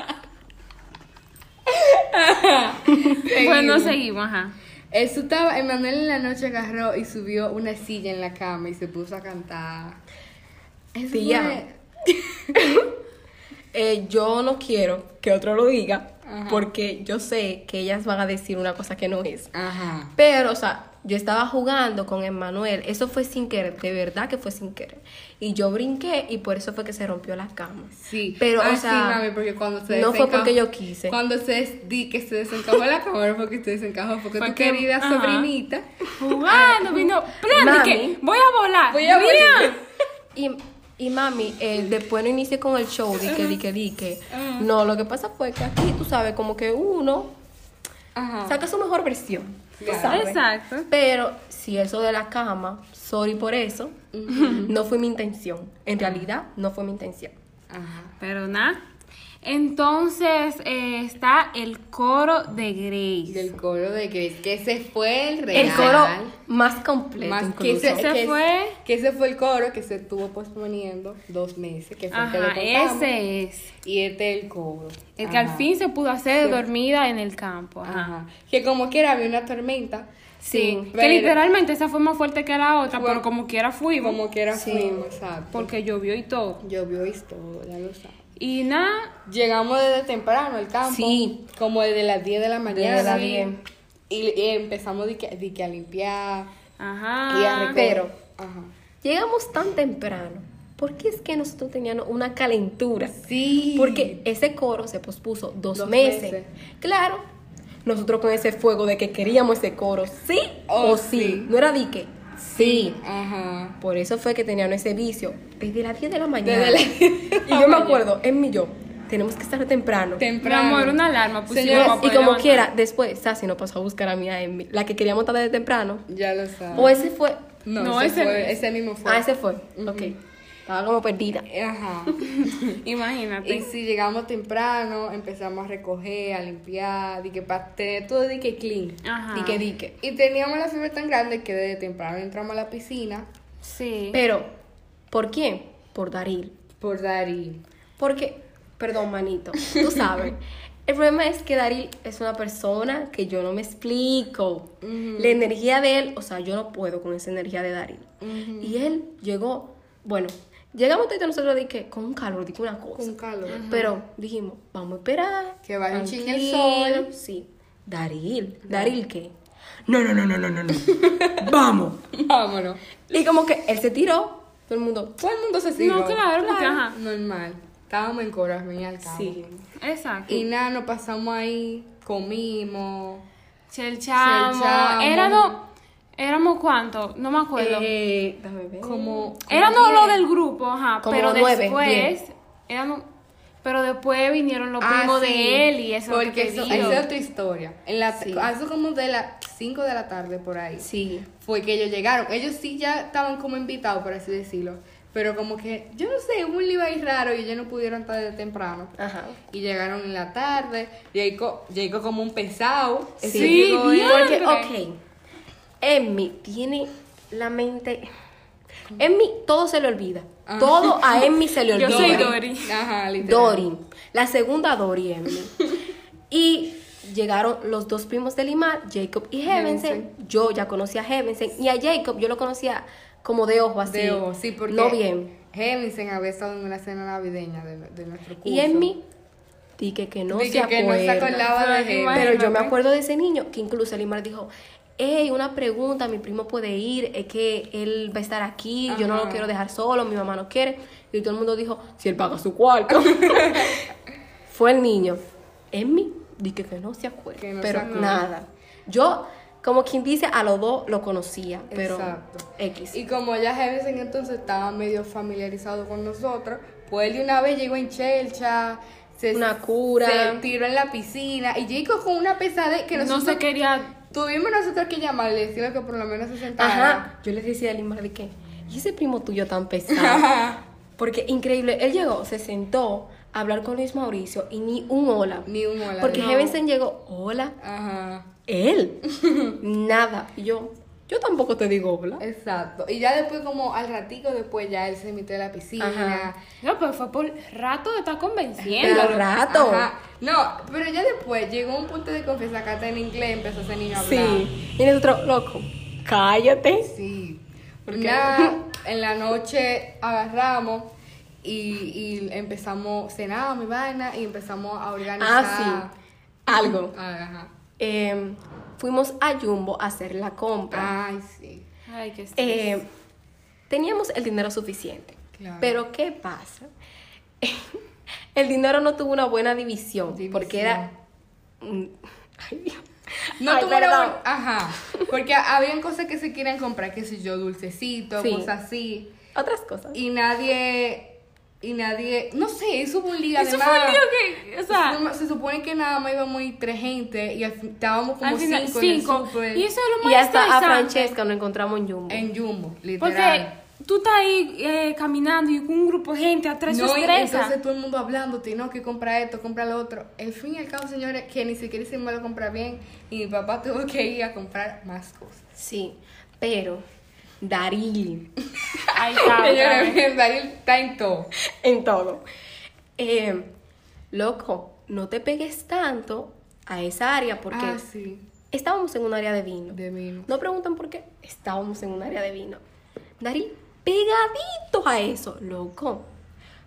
[SPEAKER 3] Eh, bueno, seguimos, ajá.
[SPEAKER 2] Eso estaba, Emmanuel en la noche agarró y subió una silla en la cama y se puso a cantar. Eso
[SPEAKER 1] Tía.
[SPEAKER 2] fue-
[SPEAKER 1] Eh, yo no quiero que otro lo diga,
[SPEAKER 2] Ajá.
[SPEAKER 1] porque yo sé que ellas van a decir una cosa que no es.
[SPEAKER 2] Ajá.
[SPEAKER 1] Pero, o sea, yo estaba jugando con Emmanuel. Eso fue sin querer, de verdad que fue sin querer. Y yo brinqué y por eso fue que se rompió la cama.
[SPEAKER 2] Sí,
[SPEAKER 1] Pero,
[SPEAKER 2] Ah,
[SPEAKER 1] o
[SPEAKER 2] sí,
[SPEAKER 1] sea,
[SPEAKER 2] mami, porque cuando se
[SPEAKER 1] no fue
[SPEAKER 2] desenca-
[SPEAKER 1] porque yo quise.
[SPEAKER 2] Cuando se des- di que se desencajó la cámara, fue que se desencajó, porque tu
[SPEAKER 3] Porque-
[SPEAKER 2] querida
[SPEAKER 3] ajá.
[SPEAKER 2] sobrinita.
[SPEAKER 3] Jugando, vino. Plan, de que
[SPEAKER 1] Mami.
[SPEAKER 3] voy a volar.
[SPEAKER 2] Ah. Voy a
[SPEAKER 3] Mira.
[SPEAKER 2] morir.
[SPEAKER 1] Y, y mami, eh, después no inicié con el show, di que, di que, di que.
[SPEAKER 2] Mm.
[SPEAKER 1] No, lo que pasa fue que aquí, tú sabes, como que uno
[SPEAKER 2] Ajá.
[SPEAKER 1] saca su mejor versión. tú
[SPEAKER 2] Ah. Claro.
[SPEAKER 1] sabes.
[SPEAKER 3] Exacto.
[SPEAKER 1] Pero si eso de la cama, sorry por eso, no fue mi intención. En realidad, no fue mi intención.
[SPEAKER 2] Ajá.
[SPEAKER 3] Pero nada. Entonces eh, está el coro de Grace.
[SPEAKER 2] Del coro de Grace, que se fue el real.
[SPEAKER 1] El coro más completo.
[SPEAKER 2] Más que
[SPEAKER 1] incluso.
[SPEAKER 2] ese,
[SPEAKER 3] Ese
[SPEAKER 2] que-
[SPEAKER 3] fue-
[SPEAKER 2] que ese fue el coro que se estuvo posponiendo dos meses, que fue el que
[SPEAKER 3] Ajá,
[SPEAKER 2] le contamos.
[SPEAKER 3] ese es.
[SPEAKER 2] Y este es el coro.
[SPEAKER 3] El que al
[SPEAKER 2] Ajá.
[SPEAKER 3] fin se pudo hacer
[SPEAKER 2] Sí.
[SPEAKER 3] dormida en el campo. Ajá.
[SPEAKER 2] Ajá. Que como quiera había una tormenta.
[SPEAKER 3] Sí, que
[SPEAKER 2] pero
[SPEAKER 3] literalmente esa fue más fuerte que la otra,
[SPEAKER 2] Bueno,
[SPEAKER 3] pero como quiera fuimos.
[SPEAKER 2] Como quiera
[SPEAKER 1] Sí.
[SPEAKER 2] fuimos, exacto.
[SPEAKER 3] Porque llovió y todo.
[SPEAKER 2] Llovió y todo, ya lo sabes.
[SPEAKER 3] Y nada,
[SPEAKER 2] Llegamos desde temprano al campo.
[SPEAKER 1] Sí.
[SPEAKER 2] Como desde las 10 de la mañana.
[SPEAKER 1] Desde las
[SPEAKER 2] Sí.
[SPEAKER 1] 10.
[SPEAKER 2] Y, y empezamos de que, de que a limpiar
[SPEAKER 3] ajá.
[SPEAKER 2] y a recoger.
[SPEAKER 1] Ah, Pero-
[SPEAKER 2] Ajá.
[SPEAKER 1] Llegamos tan temprano. porque es que nosotros teníamos una calentura?
[SPEAKER 2] Sí.
[SPEAKER 1] Porque ese coro se pospuso dos,
[SPEAKER 2] Dos
[SPEAKER 1] meses.
[SPEAKER 2] meses.
[SPEAKER 1] Claro, nosotros con ese fuego de que queríamos ese coro, sí
[SPEAKER 2] Oh,
[SPEAKER 1] o sí.
[SPEAKER 2] sí.
[SPEAKER 1] No era dique, sí.
[SPEAKER 2] Ajá.
[SPEAKER 1] Por eso fue que tenían ese vicio desde las 10 de la mañana.
[SPEAKER 2] Desde las 10 de la
[SPEAKER 1] <laughs> y yo me
[SPEAKER 2] mañana.
[SPEAKER 1] acuerdo, en mi yo, tenemos que estar temprano. Pues,
[SPEAKER 3] Mi
[SPEAKER 2] Temprano.
[SPEAKER 3] amor, una alarma pues, pusimos
[SPEAKER 2] Señores,
[SPEAKER 3] para
[SPEAKER 1] y
[SPEAKER 3] poder
[SPEAKER 1] como
[SPEAKER 3] levantar.
[SPEAKER 1] quiera, después Sassy nos pasó a buscar a mí a Emmy, la que queríamos estar desde temprano.
[SPEAKER 2] Ya lo sabes.
[SPEAKER 1] O Pues, ese fue.
[SPEAKER 2] no,
[SPEAKER 3] no,
[SPEAKER 2] ese,
[SPEAKER 3] ese-
[SPEAKER 2] fue- ese mismo fue.
[SPEAKER 1] Ah, ese fue. Ok. Estaba como perdida. <laughs>
[SPEAKER 2] Ajá.
[SPEAKER 3] <laughs> Imagínate.
[SPEAKER 2] y si llegamos temprano, empezamos a recoger, a limpiar, de que para tener todo de que clean.
[SPEAKER 3] Ajá.
[SPEAKER 1] Dique, dique.
[SPEAKER 2] Y teníamos la fiebre tan grande que desde temprano entramos a la piscina
[SPEAKER 3] Sí.
[SPEAKER 1] Pero, ¿por quién? Por Daril.
[SPEAKER 2] por Darín.
[SPEAKER 1] Porque, perdón, manito,
[SPEAKER 2] <laughs>
[SPEAKER 1] tú sabes. El problema es que Daryl es una persona que yo no me explico. La energía de él, o sea, yo no puedo con esa energía de Daryl. Y él llegó, bueno, llegamos todito nosotros dije, con un calor, dije una cosa.
[SPEAKER 2] Con calor.
[SPEAKER 1] <laughs> Pero dijimos, vamos a esperar.
[SPEAKER 2] Que vaya un chin el
[SPEAKER 1] tranquilo.
[SPEAKER 2] sol.
[SPEAKER 1] Sí. Daril, Daril qué?
[SPEAKER 4] No, no, no, no, no, no, no. Vamos.
[SPEAKER 2] Vámonos.
[SPEAKER 1] Y como que él se tiró, todo el mundo,
[SPEAKER 2] Todo el mundo se siguió.
[SPEAKER 3] no, claro, porque ajá.
[SPEAKER 2] Normal. Estábamos en corazón y al cabo.
[SPEAKER 1] sí.
[SPEAKER 3] Exacto.
[SPEAKER 2] Y nada, nos pasamos ahí, comimos.
[SPEAKER 3] Chelchamo.
[SPEAKER 2] Chelchamo.
[SPEAKER 3] Éramos, éramos cuántos, no me acuerdo.
[SPEAKER 1] Eh, déjame ver.
[SPEAKER 2] Como.
[SPEAKER 3] éramos lo del grupo, ajá.
[SPEAKER 1] Como
[SPEAKER 3] pero
[SPEAKER 1] nueve,
[SPEAKER 3] después,
[SPEAKER 1] diez.
[SPEAKER 3] éramos, pero después vinieron los
[SPEAKER 2] Ah,
[SPEAKER 3] primos
[SPEAKER 2] sí,
[SPEAKER 3] de él y eso es lo
[SPEAKER 2] Porque
[SPEAKER 3] que te
[SPEAKER 2] eso,
[SPEAKER 3] digo.
[SPEAKER 2] esa es otra historia. En la,
[SPEAKER 1] Sí.
[SPEAKER 2] a Eso como de las 5 de la tarde por ahí.
[SPEAKER 1] Sí.
[SPEAKER 2] Fue que ellos llegaron. Ellos sí ya estaban como invitados, por así decirlo. Pero como que, yo no sé, hubo un lío ahí raro y ellos no pudieron estar de temprano.
[SPEAKER 1] Ajá.
[SPEAKER 2] Y llegaron en la tarde. Llegó, llegó como un pesado. Ese
[SPEAKER 3] Sí,
[SPEAKER 2] llegó él.
[SPEAKER 3] bien.
[SPEAKER 1] Porque,
[SPEAKER 3] Diantre.
[SPEAKER 1] ok, Emmy tiene la mente. Emmy todo se le olvida.
[SPEAKER 2] Ah.
[SPEAKER 1] Todo a Emmy se
[SPEAKER 2] <laughs>
[SPEAKER 1] le olvida.
[SPEAKER 3] Yo soy Dory.
[SPEAKER 2] Ajá, literal.
[SPEAKER 1] Dory. La segunda Dory, Emmy.
[SPEAKER 2] <laughs>
[SPEAKER 1] y llegaron los dos primos de Limar, Jacob y Heavensen. Yo ya conocía a Heavensen. Y a Jacob yo lo conocía como de ojo así.
[SPEAKER 2] De ojo, sí, porque.
[SPEAKER 1] No bien.
[SPEAKER 2] Hemingsen había estado en una cena navideña de, de nuestro curso.
[SPEAKER 1] Y Emmy, dije que no
[SPEAKER 2] Dije
[SPEAKER 1] se
[SPEAKER 2] que no se
[SPEAKER 1] acuerda.
[SPEAKER 2] acordaba de Hemingsen.
[SPEAKER 1] Pero yo me acuerdo de ese niño que incluso Limar dijo, hey, una pregunta, mi primo puede ir, es que él va a estar aquí, yo no
[SPEAKER 2] Ajá.
[SPEAKER 1] lo quiero dejar solo, mi mamá no quiere. Y todo el mundo dijo, si él paga su
[SPEAKER 2] <laughs>
[SPEAKER 1] cuarto. Fue el niño. Emmy, dije que no se acuerda,
[SPEAKER 2] Que no se
[SPEAKER 1] pero
[SPEAKER 2] acuerda.
[SPEAKER 1] nada. Yo, como quien dice, a los dos lo conocía, pero
[SPEAKER 2] Exacto.
[SPEAKER 1] X.
[SPEAKER 2] Y como ya Hemingsen entonces estaba medio familiarizado con nosotros, pues él de una vez llegó en chelcha. Se,
[SPEAKER 1] Una cura.
[SPEAKER 2] Se tiró en la piscina. Y llegó con una pesadez que
[SPEAKER 3] No
[SPEAKER 2] nosotros.
[SPEAKER 3] se quería.
[SPEAKER 2] Tuvimos nosotros que llamarle y decirle que por lo menos se sentara.
[SPEAKER 1] Ajá, yo les decía a Limar de que, ¿y ese primo tuyo
[SPEAKER 2] <laughs>
[SPEAKER 1] tan pesado?
[SPEAKER 2] Ah,
[SPEAKER 1] Porque increíble, él llegó, se sentó a hablar con Luis Mauricio y ni un hola.
[SPEAKER 2] Ni un hola,
[SPEAKER 1] Porque
[SPEAKER 2] no.
[SPEAKER 1] Heavensen llegó, hola,
[SPEAKER 2] Ajá. <laughs>
[SPEAKER 1] él. Nada. Y yo, yo tampoco te digo hola.
[SPEAKER 2] Exacto. Y ya después, como al ratico después, ya él se metió en la piscina.
[SPEAKER 1] Ajá.
[SPEAKER 3] No, pero fue por rato de estar convenciendo.
[SPEAKER 1] Pero al rato.
[SPEAKER 2] Ajá. No, pero ya después llegó un punto de confianza que hasta en inglés empezó ese niño a hablar.
[SPEAKER 1] Sí. Y nosotros, loco, cállate.
[SPEAKER 2] Sí. Nada, en la noche agarramos y, y empezamos, cenamos mi vaina y empezamos a organizar.
[SPEAKER 1] Ah, sí. algo.
[SPEAKER 2] Ajá.
[SPEAKER 1] Eh, fuimos a Jumbo a hacer la compra.
[SPEAKER 2] Ay, Ah, sí.
[SPEAKER 3] Ay, qué estrés.
[SPEAKER 1] Eh, teníamos el dinero suficiente.
[SPEAKER 2] Claro.
[SPEAKER 1] Pero ¿qué pasa? <laughs> el dinero no tuvo una buena división, porque
[SPEAKER 2] División.
[SPEAKER 1] era... mm, <laughs> Ay, Dios.
[SPEAKER 2] No
[SPEAKER 1] Ay,
[SPEAKER 2] tuvieron-
[SPEAKER 1] perdón.
[SPEAKER 2] Ajá. Porque habían cosas que se quieren comprar, qué sé yo, dulcecito,
[SPEAKER 1] Sí.
[SPEAKER 2] cosas así.
[SPEAKER 1] Otras cosas.
[SPEAKER 2] Y nadie. Y nadie. No sé, eso fue un lío.
[SPEAKER 3] Eso
[SPEAKER 2] además.
[SPEAKER 3] fue un lío que, o sea,
[SPEAKER 2] Se- Se supone que nada más íbamos muy tres gente y al fin- estábamos como
[SPEAKER 3] al final
[SPEAKER 2] cinco, en
[SPEAKER 3] cinco.
[SPEAKER 2] el súper,
[SPEAKER 3] Y eso es lo más
[SPEAKER 1] Y hasta a
[SPEAKER 3] estresante.
[SPEAKER 1] Francesca nos encontramos en Jumbo.
[SPEAKER 2] en Jumbo,
[SPEAKER 3] Porque
[SPEAKER 2] literal.
[SPEAKER 3] tú estás ahí eh, caminando y con un grupo de gente atrás
[SPEAKER 2] no,
[SPEAKER 3] no,
[SPEAKER 2] y
[SPEAKER 3] estresa.
[SPEAKER 2] entonces todo el mundo hablándote, no, que compra esto, compra lo otro. En fin y al cabo, señores, que ni siquiera hicimos lo comprar bien y mi papá tuvo que ir a comprar más cosas.
[SPEAKER 1] Sí, pero Darín
[SPEAKER 3] <laughs>
[SPEAKER 1] <laughs>
[SPEAKER 2] <laughs>
[SPEAKER 3] Ahí está. otra
[SPEAKER 2] Señores,
[SPEAKER 3] vez.
[SPEAKER 2] <laughs> Daniel está en todo.
[SPEAKER 1] en todo. Eh, loco, no te pegues tanto a esa área porque
[SPEAKER 2] Ah, sí,
[SPEAKER 1] estábamos en un área de vino.
[SPEAKER 2] de mí.
[SPEAKER 1] No preguntan por qué, estábamos en un área de vino. Darín pegadito a eso, loco.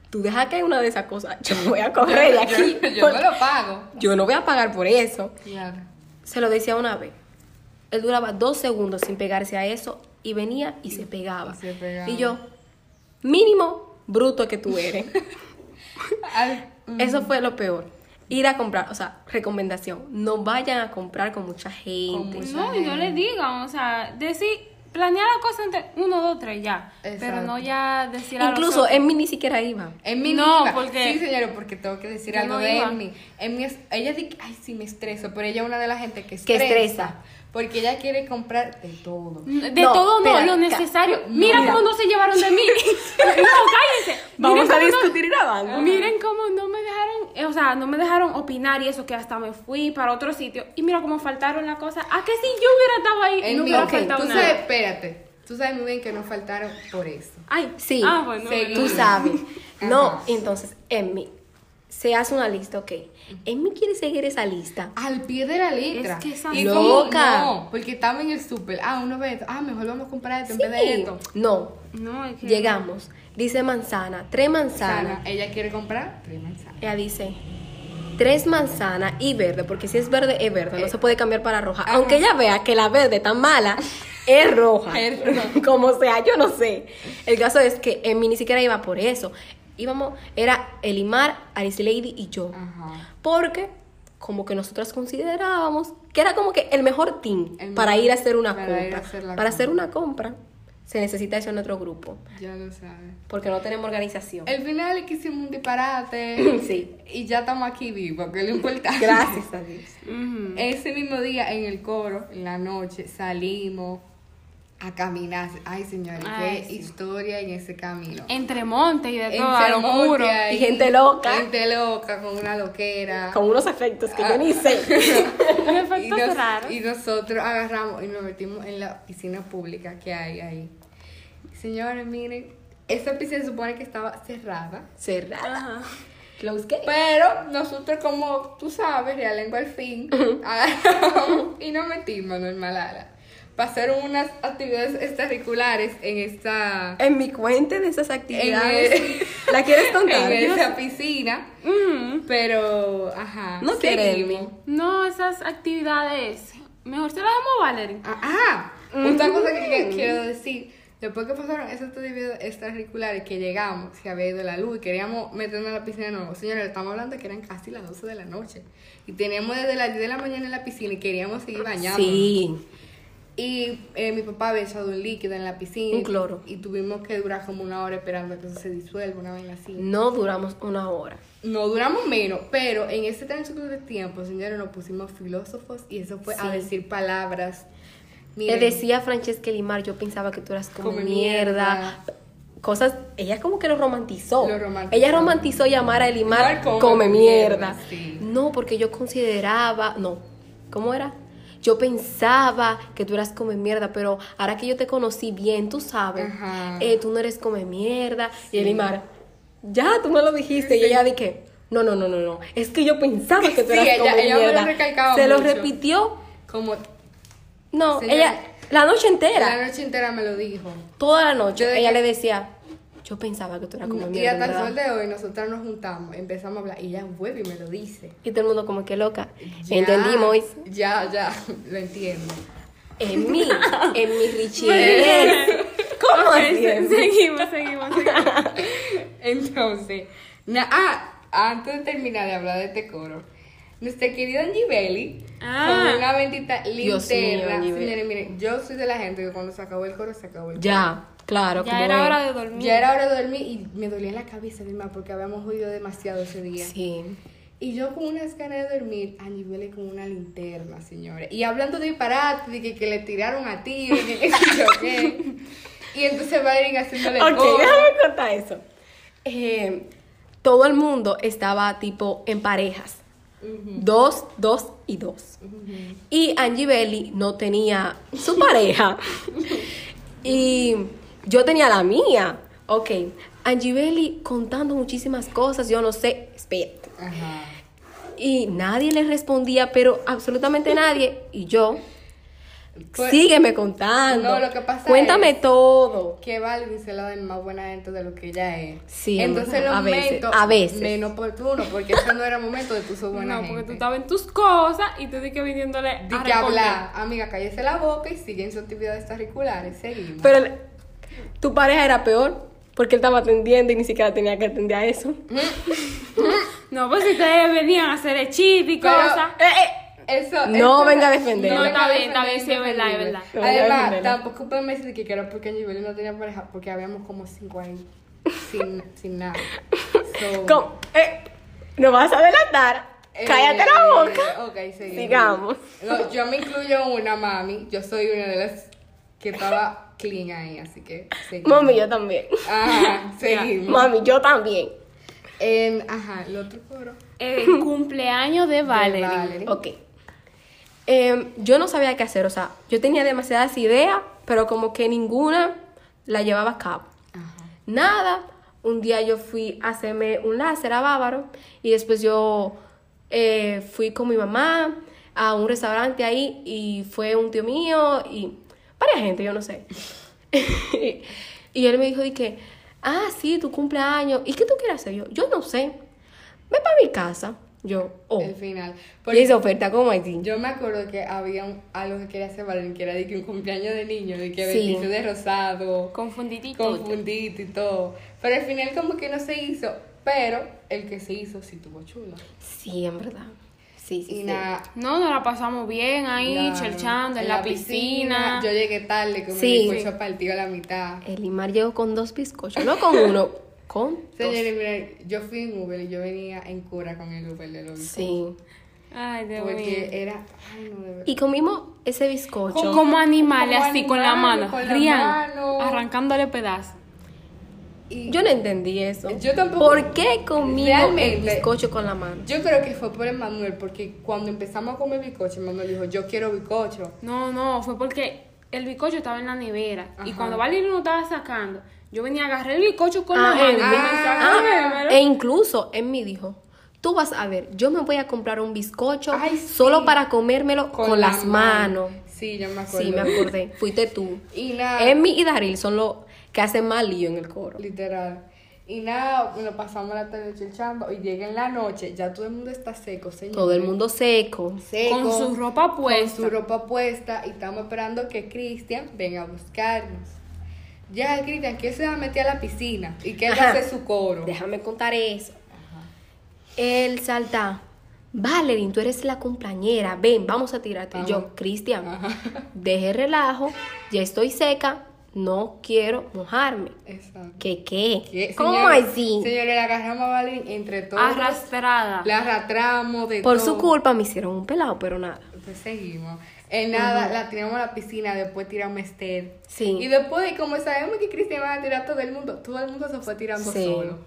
[SPEAKER 1] Tú deja que hay una de esas cosas. Yo me voy a correr de aquí.
[SPEAKER 2] <laughs> Yo, yo no
[SPEAKER 1] porque
[SPEAKER 2] lo pago.
[SPEAKER 1] yo no voy a pagar por eso.
[SPEAKER 2] Claro.
[SPEAKER 1] Se lo decía una vez. Él duraba dos segundos sin pegarse a eso y venía y se pegaba.
[SPEAKER 2] y se pegaba.
[SPEAKER 1] Y yo, mínimo bruto que
[SPEAKER 2] <laughs>
[SPEAKER 1] tú eres.
[SPEAKER 2] Al-
[SPEAKER 1] eso fue lo peor. Ir a comprar, o sea, recomendación, no vayan a comprar con mucha gente.
[SPEAKER 2] mucha-
[SPEAKER 3] No, y no le digan, o sea, decir, planear la cosa entre uno, dos, tres, ya. Pero
[SPEAKER 2] Exacto.
[SPEAKER 3] no ya decir a los
[SPEAKER 1] Incluso
[SPEAKER 3] otros.
[SPEAKER 1] en mí ni siquiera iba.
[SPEAKER 2] Emmy
[SPEAKER 3] No,
[SPEAKER 2] iba.
[SPEAKER 3] porque-
[SPEAKER 2] Sí, señora, porque tengo que decir
[SPEAKER 3] Yo
[SPEAKER 2] algo
[SPEAKER 3] no
[SPEAKER 2] de
[SPEAKER 3] iba.
[SPEAKER 2] Emmy. Emmy es- ella dice, ay, sí, me estreso, pero ella es una de las gente que
[SPEAKER 1] Que
[SPEAKER 2] estresa.
[SPEAKER 1] estresa.
[SPEAKER 2] Porque ella quiere comprar de todo.
[SPEAKER 3] Mm, De
[SPEAKER 1] No,
[SPEAKER 3] todo no,
[SPEAKER 1] espera,
[SPEAKER 3] lo
[SPEAKER 1] ca-
[SPEAKER 3] necesario. Mira
[SPEAKER 1] mira.
[SPEAKER 3] cómo no se llevaron
[SPEAKER 2] <laughs>
[SPEAKER 3] de mí. <laughs> no, cállense.
[SPEAKER 1] Vamos
[SPEAKER 3] Miren
[SPEAKER 1] a
[SPEAKER 3] cómo no-
[SPEAKER 1] discutir la banda.
[SPEAKER 3] Miren cómo no me dejaron, eh, o sea, no me dejaron opinar y eso, que hasta me fui para otro sitio. Y mira cómo faltaron las cosas. ¿A que si yo hubiera estado ahí,
[SPEAKER 2] Emmy,
[SPEAKER 3] no hubiera
[SPEAKER 2] ok,
[SPEAKER 3] faltado
[SPEAKER 2] tú
[SPEAKER 3] nada?
[SPEAKER 2] sabes, espérate. Tú sabes muy bien que nos faltaron por eso.
[SPEAKER 3] Ay,
[SPEAKER 1] Sí,
[SPEAKER 3] Ah, bueno, bueno.
[SPEAKER 1] tú sabes. No,
[SPEAKER 2] Ajá.
[SPEAKER 1] entonces, en mí se hace una lista, ok. En mí quiere seguir esa lista.
[SPEAKER 2] Al pie de la letra.
[SPEAKER 3] Es que esa-
[SPEAKER 2] Y como,
[SPEAKER 1] Loca.
[SPEAKER 2] no, porque estamos en el súper. Ah, uno ve esto. Ah, mejor vamos a comprar esto en vez de
[SPEAKER 1] Sí.
[SPEAKER 2] esto.
[SPEAKER 1] No,
[SPEAKER 3] No, es que-
[SPEAKER 1] llegamos. Dice manzana, tres manzanas.
[SPEAKER 2] Sana. Ella quiere comprar tres manzanas.
[SPEAKER 1] Ella dice, tres manzanas y verde, porque si es verde, es verde, no se puede cambiar para roja.
[SPEAKER 2] Eh. ajá.
[SPEAKER 1] Aunque ella vea que la verde tan mala, es roja.
[SPEAKER 2] <laughs> Es roja.
[SPEAKER 1] <laughs> Como sea, yo no sé. El caso es que en mí ni siquiera iba por eso. Íbamos, era Elimar, Alice Lady y yo.
[SPEAKER 2] Ajá.
[SPEAKER 1] Porque como que nosotras considerábamos que era como que el mejor team
[SPEAKER 2] El
[SPEAKER 1] para
[SPEAKER 2] mejor-
[SPEAKER 1] ir a hacer una
[SPEAKER 2] para ir a
[SPEAKER 1] compra.
[SPEAKER 2] hacer la
[SPEAKER 1] para hacer
[SPEAKER 2] compra.
[SPEAKER 1] una compra se necesita eso en otro grupo,
[SPEAKER 2] Ya lo sabes.
[SPEAKER 1] porque no tenemos organización.
[SPEAKER 2] El final es que hicimos un disparate.
[SPEAKER 1] <clears throat> Sí.
[SPEAKER 2] Y ya estamos aquí vivos, que es lo importante.
[SPEAKER 1] Gracias a Dios.
[SPEAKER 3] Ujú.
[SPEAKER 2] Ese mismo día en el coro, en la noche, salimos a caminar. Ay, señores,
[SPEAKER 3] Ay,
[SPEAKER 2] qué
[SPEAKER 3] sí.
[SPEAKER 2] historia en ese camino.
[SPEAKER 3] Entre monte y de todo, a lo
[SPEAKER 2] Enfermo,
[SPEAKER 3] juro. <laughs>
[SPEAKER 2] que hay
[SPEAKER 1] Y gente loca.
[SPEAKER 2] Gente loca, con una loquera.
[SPEAKER 1] <laughs> Con unos efectos que yo ni <laughs> sé.
[SPEAKER 3] Me
[SPEAKER 2] y,
[SPEAKER 3] faltó
[SPEAKER 2] nos-
[SPEAKER 3] cerrar.
[SPEAKER 2] y nosotros agarramos y nos metimos en la piscina pública que hay ahí. Señores, miren, esa piscina se supone que estaba cerrada.
[SPEAKER 1] Cerrada.
[SPEAKER 3] Ajá.
[SPEAKER 1] Close gate.
[SPEAKER 2] Pero nosotros, como tú sabes, ya lengua al fin, agarramos y nos metimos normal ala. Pasaron unas actividades extracurriculares en esta.
[SPEAKER 1] en mi cuenta de esas actividades.
[SPEAKER 2] En
[SPEAKER 1] <laughs> ¿La quieres contar?
[SPEAKER 2] En esa piscina,
[SPEAKER 3] Ujú.
[SPEAKER 2] pero ajá.
[SPEAKER 1] No quiere
[SPEAKER 2] seguimos.
[SPEAKER 1] Emi.
[SPEAKER 3] No, esas actividades. Mejor se las damos a
[SPEAKER 2] <laughs>
[SPEAKER 3] Valerie.
[SPEAKER 2] Ah, ah, otra cosa que, que quiero decir. Después que pasaron esas actividades extracurriculares que llegamos, se había ido la luz y queríamos meternos a la piscina de nuevo. Señores, estamos hablando que eran casi las 12 de la noche. Y teníamos desde las 10 de la mañana en la piscina y queríamos seguir bañándonos.
[SPEAKER 1] Sí.
[SPEAKER 2] Y eh, mi papá había echado un líquido en la piscina.
[SPEAKER 1] Un cloro.
[SPEAKER 2] Y tuvimos que durar como una hora esperando que eso se disuelva, una vaina así.
[SPEAKER 1] No duramos una hora.
[SPEAKER 2] No duramos menos, pero en ese transcurso de tiempo, señores, nos pusimos filósofos y eso fue a
[SPEAKER 1] Sí.
[SPEAKER 2] decir palabras.
[SPEAKER 1] Le
[SPEAKER 2] Miren,
[SPEAKER 1] decía Francesca Limar, yo pensaba que tú eras como,
[SPEAKER 2] Como
[SPEAKER 1] mierda.
[SPEAKER 2] mierda.
[SPEAKER 1] Cosas, ella como que lo romantizó.
[SPEAKER 2] Lo romantizó.
[SPEAKER 1] Ella romantizó llamar a Elimar
[SPEAKER 2] Elimar
[SPEAKER 1] come,
[SPEAKER 2] come
[SPEAKER 1] mierda.
[SPEAKER 2] mierda, sí.
[SPEAKER 1] No, porque yo consideraba, no, ¿cómo era? Yo pensaba que tú eras come mierda, pero ahora que yo te conocí bien, tú sabes,
[SPEAKER 2] Ajá.
[SPEAKER 1] eh, tú no eres come mierda. Y Elimar, ya, tú me lo dijiste. Y ella dije, no, no, no, no, no. Es que yo pensaba
[SPEAKER 2] <laughs>
[SPEAKER 1] que tú
[SPEAKER 2] Sí,
[SPEAKER 1] eras
[SPEAKER 2] ella-
[SPEAKER 1] come
[SPEAKER 2] ella me lo
[SPEAKER 1] mierda.
[SPEAKER 2] recalcaba
[SPEAKER 1] Se lo
[SPEAKER 2] mucho.
[SPEAKER 1] repitió
[SPEAKER 2] como
[SPEAKER 1] no,
[SPEAKER 2] Señora-
[SPEAKER 1] ella, la noche entera,
[SPEAKER 2] la noche entera me lo dijo.
[SPEAKER 1] toda la noche,
[SPEAKER 2] Yo de
[SPEAKER 1] ella
[SPEAKER 2] que-
[SPEAKER 1] le decía, yo pensaba que tú eras como mi
[SPEAKER 2] y hasta el sol de hoy nosotras nos juntamos, empezamos a hablar y ella vuelve y me lo dice.
[SPEAKER 1] Y todo el mundo como que loca.
[SPEAKER 2] Ya,
[SPEAKER 1] Entendimos.
[SPEAKER 2] Ya, ya, <laughs> lo entiendo. <laughs>
[SPEAKER 1] En mí, en mi Richie. ¿Cómo es?
[SPEAKER 3] Seguimos, seguimos, seguimos.
[SPEAKER 2] Entonces, na- ah, antes de terminar de hablar de este coro, nuestra querida Angie Belly,
[SPEAKER 3] Ah.
[SPEAKER 2] con una bendita
[SPEAKER 1] Dios mío,
[SPEAKER 2] linterna.
[SPEAKER 1] Angie Belli.
[SPEAKER 2] Señores, miren, yo soy de la gente que cuando se acabó el coro, se acabó el coro.
[SPEAKER 1] Ya, claro.
[SPEAKER 3] Ya
[SPEAKER 1] como
[SPEAKER 3] era
[SPEAKER 1] es.
[SPEAKER 3] hora de dormir.
[SPEAKER 2] Ya era hora de dormir y me dolía la cabeza, mi mamá, porque habíamos oído demasiado ese día.
[SPEAKER 1] Sí.
[SPEAKER 2] Y yo con unas ganas de dormir, a nivel con una linterna, señores. Y hablando de disparate, de que, que le tiraron a ti, de que qué sé yo
[SPEAKER 1] <laughs>
[SPEAKER 2] qué. Y entonces Valerie haciéndole <laughs>
[SPEAKER 1] Ok,
[SPEAKER 2] coro.
[SPEAKER 1] déjame contar eso. Eh, todo el mundo estaba tipo en parejas. Dos, dos y dos. Y Angie Belly no tenía su
[SPEAKER 2] <laughs>
[SPEAKER 1] pareja. y yo tenía la mía. Ok, Angie Belly contando muchísimas cosas, yo no sé, espérate.
[SPEAKER 2] Ajá.
[SPEAKER 1] Y nadie le respondía, pero absolutamente nadie. Y yo,
[SPEAKER 2] Pues-
[SPEAKER 1] sígueme contando.
[SPEAKER 2] No, lo que pasa
[SPEAKER 1] Cuéntame
[SPEAKER 2] es-
[SPEAKER 1] todo.
[SPEAKER 2] que Balvin se la den más buena gente de lo que ella es.
[SPEAKER 1] Sí,
[SPEAKER 2] Entonces
[SPEAKER 1] en
[SPEAKER 2] los
[SPEAKER 1] verdad, a veces,
[SPEAKER 2] momentos
[SPEAKER 1] a veces.
[SPEAKER 2] menos oportuno, porque ese no era momento de tu ser
[SPEAKER 3] <laughs>
[SPEAKER 2] buena
[SPEAKER 3] No,
[SPEAKER 2] gente.
[SPEAKER 3] porque tú estabas en tus cosas y tú di que viniéndole a
[SPEAKER 2] Di que
[SPEAKER 3] responder.
[SPEAKER 2] hablar, amiga, cállese la boca y sigue en sus actividades extracurriculares, seguimos.
[SPEAKER 1] Pero el- tu pareja era peor, porque él estaba atendiendo y ni siquiera tenía que atender a eso.
[SPEAKER 3] No, pues si ustedes venían a hacer el chip y
[SPEAKER 2] Pero-
[SPEAKER 3] cosas.
[SPEAKER 1] Eh,
[SPEAKER 2] eso,
[SPEAKER 1] No
[SPEAKER 2] eso-
[SPEAKER 1] venga a defender.
[SPEAKER 3] No, está
[SPEAKER 2] venga a
[SPEAKER 3] bien, está bien, sí, es verdad, es
[SPEAKER 2] defender.
[SPEAKER 1] verdad. Venga a
[SPEAKER 2] Además,
[SPEAKER 1] defender.
[SPEAKER 2] tampoco pueden decir que era porque Angie no tenía pareja, porque habíamos como cinco ahí, sin, sin nada. So,
[SPEAKER 1] <laughs> ¿Cómo? Eh, ¿No vas a adelantar?
[SPEAKER 2] Eh,
[SPEAKER 1] Cállate la boca.
[SPEAKER 2] Ok, seguimos.
[SPEAKER 1] Sigamos.
[SPEAKER 2] No, yo me incluyo en una, mami. Yo soy una de las que estaba clean ahí, así que seguimos.
[SPEAKER 1] Mami, yo también. <laughs>
[SPEAKER 2] Ajá, seguimos.
[SPEAKER 1] Mami, yo también.
[SPEAKER 2] En- ajá, el otro coro. <laughs>
[SPEAKER 3] El cumpleaños de Valerie.
[SPEAKER 2] Valerie.
[SPEAKER 1] Ok. Em, yo no sabía qué hacer, o sea, yo tenía demasiadas ideas, pero como que ninguna la llevaba a cabo.
[SPEAKER 2] Ajá.
[SPEAKER 1] Nada, un día yo fui a hacerme un láser a Bávaro y después yo eh, fui con mi mamá a un restaurante ahí y fue un tío mío y varias gente, yo no sé. <laughs> y él me dijo de que, ah, sí, tu cumpleaños, ¿y qué tú quieres hacer? Yo, yo no sé, ve para mi casa. Yo, oh.
[SPEAKER 2] El final.
[SPEAKER 1] Y
[SPEAKER 2] Porque
[SPEAKER 1] esa oferta como Haití.
[SPEAKER 2] yo me acuerdo que había un- algo que quería hacer Valerie, que era de que un cumpleaños de niño, de que
[SPEAKER 1] Sí.
[SPEAKER 2] vestirse de rosado,
[SPEAKER 3] Confundidito.
[SPEAKER 2] confundito y todo. Pero al final como que no se hizo, pero el que se hizo sí tuvo chulo.
[SPEAKER 1] Sí, en verdad. Sí, sí.
[SPEAKER 2] Y
[SPEAKER 1] sí.
[SPEAKER 2] nada,
[SPEAKER 3] No, nos la pasamos bien ahí,
[SPEAKER 2] Claro.
[SPEAKER 3] cherchando en, la, piscina.
[SPEAKER 2] Yo llegué tarde, comí
[SPEAKER 1] Sí.
[SPEAKER 2] mi bizcocho partido a la mitad.
[SPEAKER 1] Elimar llegó con dos bizcochos, no con
[SPEAKER 2] <laughs>
[SPEAKER 1] uno, con dos.
[SPEAKER 2] Señores, miren, yo fui en Uber y yo venía en cura con el Uber de los
[SPEAKER 1] Sí.
[SPEAKER 3] Ay, Dios mío.
[SPEAKER 2] Porque eh, era. Ay, no, de verdad.
[SPEAKER 1] Y comimos ese bizcocho.
[SPEAKER 3] Co- Como animales,
[SPEAKER 2] Como
[SPEAKER 3] así con la
[SPEAKER 2] animales,
[SPEAKER 3] mano.
[SPEAKER 2] con la
[SPEAKER 3] Rían,
[SPEAKER 2] mano.
[SPEAKER 3] arrancándole pedazos.
[SPEAKER 2] Y
[SPEAKER 1] Yo no entendí eso.
[SPEAKER 2] Yo tampoco.
[SPEAKER 1] ¿Por qué comimos el
[SPEAKER 2] Realmente.
[SPEAKER 1] bizcocho con la mano?
[SPEAKER 2] yo creo que fue por Emanuel, porque cuando empezamos a comer bizcocho, Emanuel dijo: Yo quiero bizcocho.
[SPEAKER 3] No, no, fue porque el bizcocho estaba en la nevera. Y
[SPEAKER 2] Ajá.
[SPEAKER 3] cuando Valerie lo estaba sacando, yo venía a agarrar el bizcocho con la
[SPEAKER 1] Ah,
[SPEAKER 3] mano.
[SPEAKER 1] eh,
[SPEAKER 3] y vine a
[SPEAKER 2] ah,
[SPEAKER 3] sacármelo.
[SPEAKER 1] E incluso en mí dijo, tú vas a ver, yo me voy a comprar un bizcocho
[SPEAKER 2] Ay, sí.
[SPEAKER 1] solo para comérmelo con,
[SPEAKER 2] la
[SPEAKER 1] las
[SPEAKER 2] mano.
[SPEAKER 1] manos.
[SPEAKER 2] Sí, yo me acuerdo. Ah.
[SPEAKER 1] Sí, me acordé. Fuiste tú.
[SPEAKER 2] Y nada.
[SPEAKER 1] Emmy y Daril son los que hacen más lío en el coro.
[SPEAKER 2] Literal. Y nada, nos pasamos la tarde chilchando y llega en la noche, ya todo el mundo está seco, señor.
[SPEAKER 1] Todo el mundo seco.
[SPEAKER 2] seco.
[SPEAKER 3] Con su ropa puesta.
[SPEAKER 2] Con su ropa puesta y estamos esperando que Cristian venga a buscarnos. Ya, Cristian, que él se va a meter a la piscina y que él va a
[SPEAKER 1] Ajá.
[SPEAKER 2] hacer su coro.
[SPEAKER 1] Déjame contar eso. Él salta. Valerín, tú eres la compañera. Ven, vamos a tirarte.
[SPEAKER 2] Ajá.
[SPEAKER 1] Yo, Cristian,
[SPEAKER 2] Ajá.
[SPEAKER 1] deje relajo. Ya estoy seca. No quiero mojarme.
[SPEAKER 2] Exacto.
[SPEAKER 1] ¿Qué qué?
[SPEAKER 2] Que,
[SPEAKER 1] ¿Cómo
[SPEAKER 2] señores-
[SPEAKER 1] así?
[SPEAKER 2] Señores, la agarramos a Valen entre todos.
[SPEAKER 3] Arrastrada.
[SPEAKER 2] La arrastramos de
[SPEAKER 1] Por
[SPEAKER 2] todo.
[SPEAKER 1] su culpa me hicieron un pelado, pero nada.
[SPEAKER 2] Pues seguimos. En nada, la tiramos a la piscina, después tiramos a Esther.
[SPEAKER 1] Sí.
[SPEAKER 2] Y después, como sabemos que Cristian va a tirar a todo el mundo, todo el mundo se fue tirando
[SPEAKER 1] Sí.
[SPEAKER 2] solo.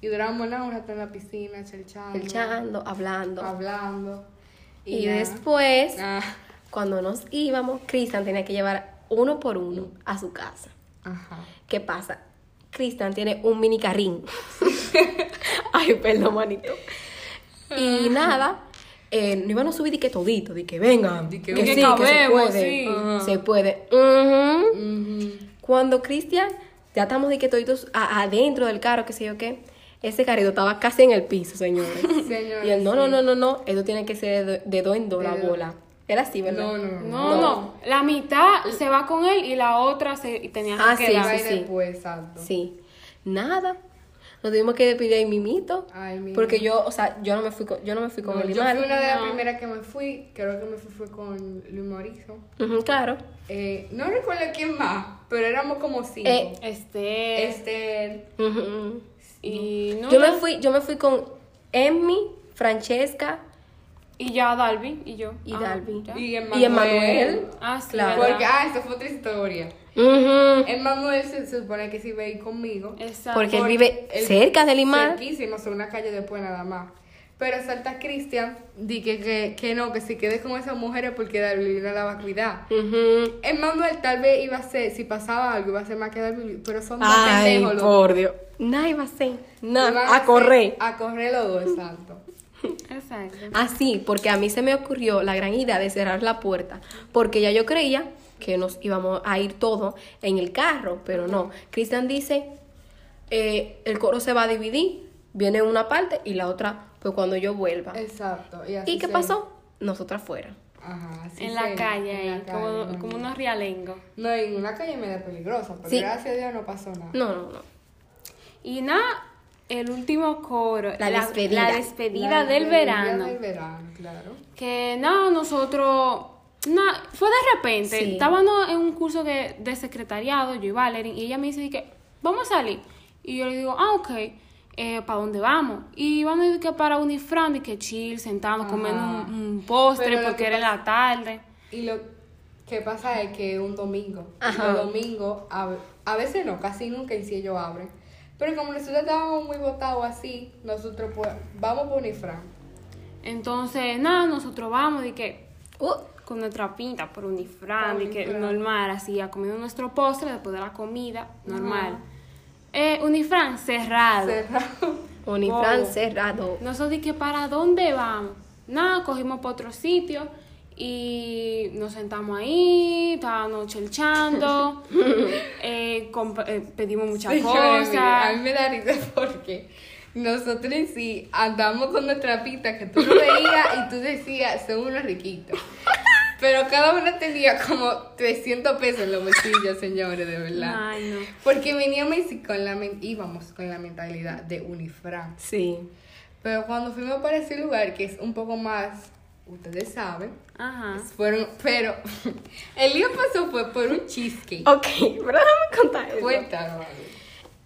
[SPEAKER 2] Y duramos nada, un rato en la piscina, chelchando.
[SPEAKER 1] Pelchando, hablando.
[SPEAKER 2] Hablando.
[SPEAKER 1] y
[SPEAKER 2] Ah, ya.
[SPEAKER 1] después,
[SPEAKER 2] Ah,
[SPEAKER 1] cuando nos íbamos, Cristian tenía que llevar uno por uno a su casa.
[SPEAKER 2] ajá.
[SPEAKER 1] ¿Qué pasa? Cristian tiene un mini carrín. <laughs> Ay, perdón, manito.
[SPEAKER 2] Ah.
[SPEAKER 1] Y nada, eh, no iban a subir de que todito, de que vengan,
[SPEAKER 2] Di
[SPEAKER 1] de
[SPEAKER 2] que
[SPEAKER 1] que,
[SPEAKER 2] vengan.
[SPEAKER 1] sí,
[SPEAKER 3] Que
[SPEAKER 1] que se
[SPEAKER 3] cabemos,
[SPEAKER 1] puede,
[SPEAKER 3] sí.
[SPEAKER 1] se puede. Ujú.
[SPEAKER 2] Ujú.
[SPEAKER 1] Cuando Cristian Ya estamos de que toditos a- adentro del carro, qué sé yo qué. Ese carrito estaba casi en el piso, señores.
[SPEAKER 2] <laughs> Señores,
[SPEAKER 1] y él, no, no,
[SPEAKER 2] sí.
[SPEAKER 1] no, no, no, esto tiene que ser de, do- de dos en dos la
[SPEAKER 2] De dos.
[SPEAKER 1] bola. Era así, ¿verdad?
[SPEAKER 2] No, no,
[SPEAKER 3] No, no, La mitad se va con él y la otra se y tenía
[SPEAKER 1] Ah,
[SPEAKER 3] que
[SPEAKER 1] sí,
[SPEAKER 3] quedar.
[SPEAKER 1] sí,
[SPEAKER 2] Va y
[SPEAKER 1] sí.
[SPEAKER 2] después, exacto.
[SPEAKER 1] Sí. Nada. Nos tuvimos que despedir ahí mimito.
[SPEAKER 2] Ay, mi-
[SPEAKER 1] Porque yo, o sea, yo no me fui con, yo no me fui con
[SPEAKER 2] No,
[SPEAKER 1] el
[SPEAKER 2] yo
[SPEAKER 1] animal.
[SPEAKER 2] fui una de las
[SPEAKER 3] No.
[SPEAKER 2] primeras que me fui, creo que me fui fue con Luis Mauricio.
[SPEAKER 1] Ujú, claro.
[SPEAKER 2] Eh, no recuerdo quién más, pero éramos como cinco.
[SPEAKER 1] Eh,
[SPEAKER 3] Este,
[SPEAKER 2] Esther,
[SPEAKER 1] Ujú.
[SPEAKER 3] y no,
[SPEAKER 1] yo me fui, yo me fui con Emmy, Francesca
[SPEAKER 3] y ya Dalvin y yo.
[SPEAKER 1] y
[SPEAKER 3] Ah,
[SPEAKER 1] Dalby.
[SPEAKER 3] ya.
[SPEAKER 2] Y Emmanuel.
[SPEAKER 1] Y Emmanuel.
[SPEAKER 3] Ah, sí,
[SPEAKER 1] Claro.
[SPEAKER 3] ¿verdad?
[SPEAKER 2] porque, ah, esto fue otra historia.
[SPEAKER 1] Ujú.
[SPEAKER 2] Emmanuel se, se supone que se iba a ir conmigo.
[SPEAKER 3] Exacto.
[SPEAKER 1] Porque él vive cerca del Limar.
[SPEAKER 2] Cerquísimo, o sea, una calle después nada más. Pero Santa Cristian di que, que, que no, que se quede con esas mujeres porque Dalvina la va a cuidar.
[SPEAKER 1] Ujú.
[SPEAKER 2] Emmanuel tal vez iba a ser, si pasaba algo, iba a ser más que Dalvina, pero son más
[SPEAKER 1] Ay,
[SPEAKER 2] pendejos los dos.
[SPEAKER 1] por Dios. Nada iba a ser.
[SPEAKER 2] Iban
[SPEAKER 1] Nada.
[SPEAKER 2] ser-
[SPEAKER 1] A correr.
[SPEAKER 2] A correr los dos, exacto.
[SPEAKER 3] Exacto.
[SPEAKER 1] Así, Ah, porque a mí se me ocurrió la gran idea de cerrar la puerta, porque ya yo creía que nos íbamos a ir todos en el carro, pero no. Cristian dice, eh, el coro se va a dividir, viene una parte y la otra, pues cuando yo vuelva.
[SPEAKER 2] Exacto. ¿Y, así
[SPEAKER 1] ¿Y qué
[SPEAKER 2] se-
[SPEAKER 1] pasó? Nosotras fuera.
[SPEAKER 2] Ajá, así
[SPEAKER 3] en
[SPEAKER 2] se-
[SPEAKER 3] la calle
[SPEAKER 2] en la
[SPEAKER 3] ahí,
[SPEAKER 2] calle,
[SPEAKER 3] como,
[SPEAKER 2] ajá.
[SPEAKER 3] como unos rialengos.
[SPEAKER 2] No, en una calle media peligrosa, pero
[SPEAKER 1] Sí.
[SPEAKER 2] gracias a Dios no pasó nada.
[SPEAKER 1] No, no, no.
[SPEAKER 3] Y nada, el último coro.
[SPEAKER 1] La despedida.
[SPEAKER 3] la despedida
[SPEAKER 2] La
[SPEAKER 3] del
[SPEAKER 2] despedida
[SPEAKER 3] verano.
[SPEAKER 2] del verano, claro.
[SPEAKER 3] Que nada, nosotros. nada, fue de repente.
[SPEAKER 1] Sí.
[SPEAKER 3] Estábamos en un curso que, de secretariado, yo y Valerie, y ella me dice de que vamos a salir. Y yo le digo, ah, ok, eh, ¿para dónde vamos? Y vamos a ir que para Unifram, y que chill, sentados,
[SPEAKER 2] Ajá.
[SPEAKER 3] comiendo un, un postre
[SPEAKER 2] Ah. Pero lo
[SPEAKER 3] porque
[SPEAKER 2] que
[SPEAKER 3] era en la tarde.
[SPEAKER 2] Y lo que pasa es que es un domingo.
[SPEAKER 1] Ajá.
[SPEAKER 2] Los domingos, a, a veces no, casi nunca en sí ellos abren. Pero como nosotros estábamos muy botados así, nosotros pues vamos por Unifran.
[SPEAKER 3] Entonces, nada, nosotros vamos, de que
[SPEAKER 1] Uh,
[SPEAKER 3] con nuestra pinta por unifran,
[SPEAKER 2] Por
[SPEAKER 3] y que
[SPEAKER 2] Unifran.
[SPEAKER 3] normal, así, a comiendo nuestro postre después de la comida, normal. Eh, unifran cerrado.
[SPEAKER 2] Cerrado.
[SPEAKER 1] Unifran
[SPEAKER 3] Bobo.
[SPEAKER 1] cerrado.
[SPEAKER 3] Nosotros dije, ¿para dónde vamos? Nada, cogimos para otro sitio y nos sentamos ahí, estábamos
[SPEAKER 1] <laughs>
[SPEAKER 3] chelchando, eh, comp- eh, pedimos muchas
[SPEAKER 2] Señores, miren, a mí
[SPEAKER 3] cosas.
[SPEAKER 2] me da risa porque nosotros en sí andamos con nuestra pinta que tú lo veías y tú decías, son unos riquitos. Pero cada uno tenía como 300 pesos en los bolsillos, señores, de verdad.
[SPEAKER 3] Ay, no.
[SPEAKER 2] Porque veníamos y sí con la men- íbamos con la mentalidad de Unifran.
[SPEAKER 1] Sí.
[SPEAKER 2] Pero cuando fuimos para ese lugar, que es un poco más, ustedes saben,
[SPEAKER 3] Ajá.
[SPEAKER 2] fueron, pero <laughs> el lío pasó fue por un cheesecake.
[SPEAKER 1] Ok, <laughs> pero déjame contar eso.
[SPEAKER 2] Cuéntalo.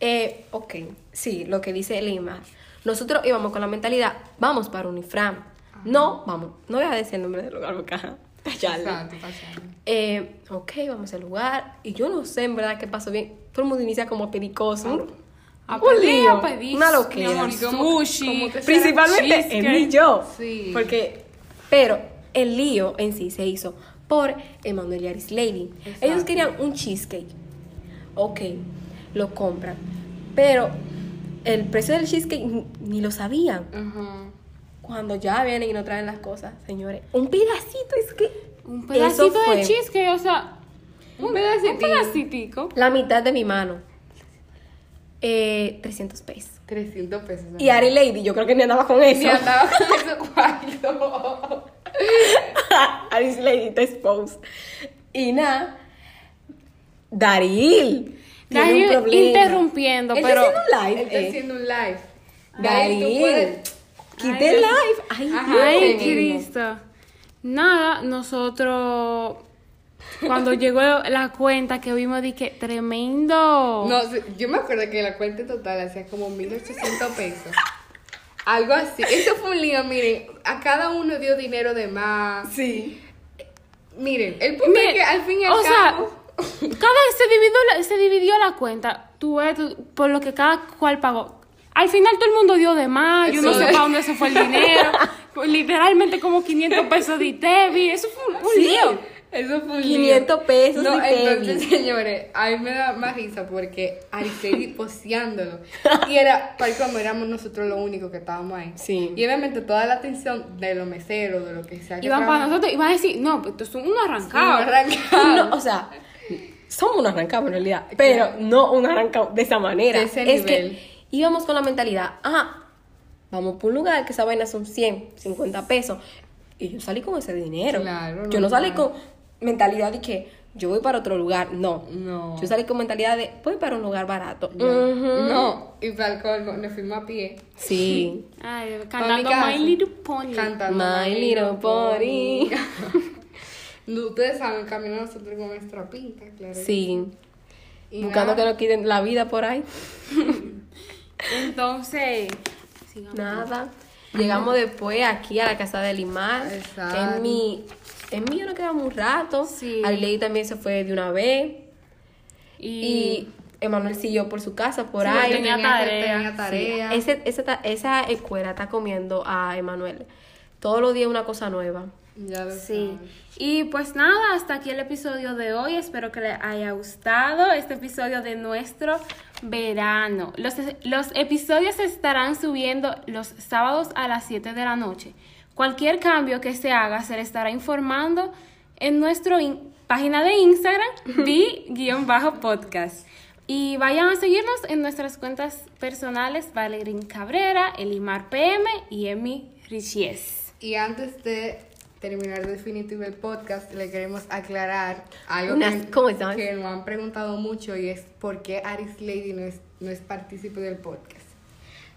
[SPEAKER 1] Eh, ok, sí, lo que dice Lima. Nosotros íbamos con la mentalidad, vamos para Unifram. No, vamos, no voy a decir el nombre del lugar porque ajá, está Charlie.
[SPEAKER 2] Exacto, pasando.
[SPEAKER 1] Eh, ok, vamos al lugar. Y yo no sé en verdad qué pasó bien. Todo el mundo inicia como pericoso. Un,
[SPEAKER 3] A
[SPEAKER 1] un
[SPEAKER 3] pedir,
[SPEAKER 1] lío,
[SPEAKER 3] a pedir,
[SPEAKER 1] una
[SPEAKER 3] mi
[SPEAKER 1] loquera.
[SPEAKER 3] amor,
[SPEAKER 2] Y como-
[SPEAKER 3] sushi.
[SPEAKER 2] como que será
[SPEAKER 1] Principalmente en mí y yo.
[SPEAKER 2] Sí.
[SPEAKER 1] Porque, pero el lío en sí se hizo por Emanuel y Aris Lady.
[SPEAKER 2] Exacto.
[SPEAKER 1] Ellos querían un cheesecake. Ok, lo compran. Pero el precio del cheesecake ni- ni lo sabían.
[SPEAKER 2] Ajá.
[SPEAKER 1] Cuando ya vienen y no traen las cosas, señores. Un pedacito es que.
[SPEAKER 3] Un
[SPEAKER 1] eso
[SPEAKER 3] pedacito
[SPEAKER 1] fue
[SPEAKER 3] de cheesecake, o sea,
[SPEAKER 2] Un
[SPEAKER 3] un
[SPEAKER 2] pedacito.
[SPEAKER 3] pedacitico.
[SPEAKER 1] La mitad de mi mano. Eh, 300 pesos.
[SPEAKER 2] 300 pesos.
[SPEAKER 1] Y Ari Lady, yo creo que ni andaba con eso.
[SPEAKER 2] Ni andaba con ese cuarto.
[SPEAKER 1] <laughs> Aris Lady te expose. Y nada. Daril. Tiene
[SPEAKER 3] Daril
[SPEAKER 1] un problema.
[SPEAKER 3] interrumpiendo,
[SPEAKER 1] Él
[SPEAKER 3] pero-
[SPEAKER 1] Está
[SPEAKER 2] Él
[SPEAKER 1] haciendo un
[SPEAKER 2] está
[SPEAKER 1] live. eh.
[SPEAKER 2] haciendo un live. Daril, tú
[SPEAKER 1] Daril.
[SPEAKER 2] puedes-
[SPEAKER 1] Quite el live. Ay,
[SPEAKER 2] Ajá.
[SPEAKER 1] Dios.
[SPEAKER 3] Ay,
[SPEAKER 2] Tremendo.
[SPEAKER 3] Cristo. Nada, nosotros cuando llegó la cuenta que vimos dije, tremendo.
[SPEAKER 2] No, sí, yo me acuerdo que la cuenta total hacía como 1800 pesos. Algo así. Eso fue un lío, miren. A cada uno dio dinero de más.
[SPEAKER 1] Sí.
[SPEAKER 2] Miren, el punto
[SPEAKER 3] Mire,
[SPEAKER 2] es que al fin y al
[SPEAKER 3] o sea,
[SPEAKER 2] cabo.
[SPEAKER 3] cada se dividió la, se dividió la cuenta, tú ves, tú- por lo que cada cual pagó. Al final todo el mundo dio de más, yo no
[SPEAKER 2] Eso
[SPEAKER 3] sé
[SPEAKER 2] es.
[SPEAKER 3] para dónde se fue el dinero. Literalmente como 500 pesos de Itevi, eso fue un, un
[SPEAKER 1] Sí.
[SPEAKER 3] lío.
[SPEAKER 2] Eso fue un lío.
[SPEAKER 1] 500 pesos
[SPEAKER 2] No,
[SPEAKER 1] y tenis.
[SPEAKER 2] entonces, <laughs> señores, a mí me da más risa porque
[SPEAKER 1] <laughs>
[SPEAKER 2] Aristeidy poseándolo. Y era, para como éramos nosotros los únicos que estábamos ahí.
[SPEAKER 1] Sí.
[SPEAKER 2] Y obviamente toda la atención de los meseros, de lo que sea. que
[SPEAKER 3] Iban para
[SPEAKER 2] trabajan,
[SPEAKER 3] nosotros y van a decir, no, pues esto es un
[SPEAKER 2] Ah,
[SPEAKER 3] arrancado.
[SPEAKER 2] arrancado.
[SPEAKER 1] No, o sea, somos un arrancado en realidad, pero no un arrancado de esa manera.
[SPEAKER 2] De ese
[SPEAKER 1] es
[SPEAKER 2] nivel.
[SPEAKER 1] que íbamos con la mentalidad, ah, vamos por un lugar que esa vaina son 100, 50 pesos. Y yo salí con ese dinero.
[SPEAKER 2] Claro,
[SPEAKER 1] yo no salí
[SPEAKER 2] normal.
[SPEAKER 1] con mentalidad de que yo voy para otro lugar, no.
[SPEAKER 2] No.
[SPEAKER 1] Yo salí con mentalidad de voy para un lugar barato. Ujú.
[SPEAKER 2] No, y para el colmo, nos fuimos a pie.
[SPEAKER 1] Sí.
[SPEAKER 3] Ay, Dios,
[SPEAKER 2] Pa' mi
[SPEAKER 3] cantando
[SPEAKER 2] casa.
[SPEAKER 3] My Little Pony.
[SPEAKER 2] Cantando
[SPEAKER 1] My Little Pony.
[SPEAKER 2] No, <laughs> Ustedes saben, caminando nosotros con nuestra pinta, claro.
[SPEAKER 1] Sí.
[SPEAKER 2] Y
[SPEAKER 1] Buscando que
[SPEAKER 2] nada.
[SPEAKER 1] nos quiten la vida por ahí.
[SPEAKER 3] Entonces, sigamos.
[SPEAKER 1] Nada. Llegamos después aquí a la casa de Limar.
[SPEAKER 2] Exacto.
[SPEAKER 1] En mi, en mí yo no quedamos un rato.
[SPEAKER 3] Sí.
[SPEAKER 1] Arley también se fue de una vez.
[SPEAKER 3] Y,
[SPEAKER 1] Y Emanuel siguió por su casa, por
[SPEAKER 3] Sí,
[SPEAKER 1] ahí.
[SPEAKER 2] Porque
[SPEAKER 3] tenía
[SPEAKER 2] que-
[SPEAKER 3] tarea,
[SPEAKER 2] tenía tarea.
[SPEAKER 1] Ese- esa, ta- esa escuela está comiendo a Emanuel. Todos los días una cosa nueva.
[SPEAKER 2] Ya lo
[SPEAKER 3] sí.
[SPEAKER 2] saben.
[SPEAKER 3] Y pues nada, hasta aquí el episodio de hoy. Espero que les haya gustado este episodio de nuestro verano. Los, los episodios se estarán subiendo los sábados a las 7 de la noche. Cualquier cambio que se haga se le estará informando en nuestra página de Instagram, di-podcast. Y vayan a seguirnos en nuestras cuentas personales, Valerín Cabrera, Elimar PM y Emi Richies.
[SPEAKER 2] Y antes de terminar definitivo el podcast, le queremos aclarar algo
[SPEAKER 1] Unas
[SPEAKER 2] que,
[SPEAKER 1] cosas.
[SPEAKER 2] que nos han preguntado mucho y es por qué Aris Lady no es, no es partícipe del podcast.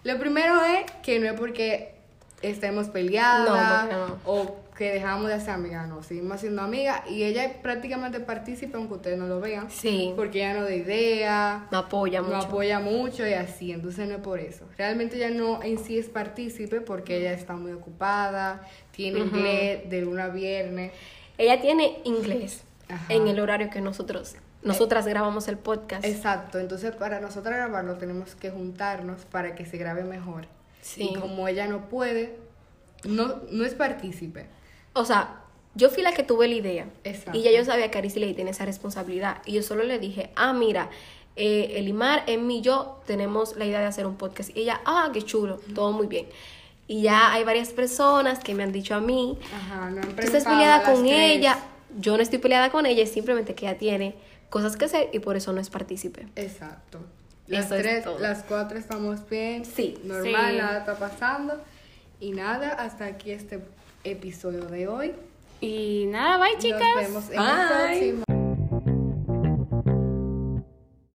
[SPEAKER 2] Lo primero es que no es porque estemos peleadas
[SPEAKER 1] No, porque
[SPEAKER 2] o que dejamos de ser amigas, no, seguimos siendo amigas y ella es prácticamente partícipe aunque ustedes no lo vean.
[SPEAKER 1] Sí.
[SPEAKER 2] Porque ella no da idea,
[SPEAKER 1] Nos apoya mucho.
[SPEAKER 2] nos apoya mucho y así, entonces no es por eso. Realmente ella no en sí es partícipe porque ella está muy ocupada, tiene inglés de luna a viernes.
[SPEAKER 1] Ella tiene inglés
[SPEAKER 2] Ajá.
[SPEAKER 1] en el horario que nosotros, nosotras grabamos el podcast.
[SPEAKER 2] Exacto, entonces para nosotros grabarlo tenemos que juntarnos para que se grabe mejor.
[SPEAKER 1] Sí.
[SPEAKER 2] Y como ella no puede, no, no es partícipe.
[SPEAKER 1] O sea, yo fui la que tuve la idea.
[SPEAKER 2] Exacto.
[SPEAKER 1] Y ya yo sabía que Arisi le tiene esa responsabilidad. Y yo solo le dije, ah, mira, eh, Elimar, Emmy y yo tenemos la idea de hacer un podcast. Y ella, ah, qué chulo, todo muy bien. Y ya hay varias personas que me han dicho a mí,
[SPEAKER 2] Ajá, no han
[SPEAKER 1] tú estás
[SPEAKER 2] preparado
[SPEAKER 1] peleada
[SPEAKER 2] las
[SPEAKER 1] con
[SPEAKER 2] tres.
[SPEAKER 1] ella. Yo no estoy peleada con ella, es simplemente que ella tiene cosas que hacer y por eso no es partícipe.
[SPEAKER 2] Exacto. Las
[SPEAKER 1] Eso es
[SPEAKER 2] tres,
[SPEAKER 1] todo.
[SPEAKER 2] las cuatro estamos bien.
[SPEAKER 1] Sí.
[SPEAKER 2] Normal,
[SPEAKER 3] Sí.
[SPEAKER 2] nada está pasando. Y nada, hasta aquí este episodio de hoy.
[SPEAKER 3] Y nada, bye chicas.
[SPEAKER 2] Nos vemos en
[SPEAKER 1] Bye.
[SPEAKER 2] el próximo.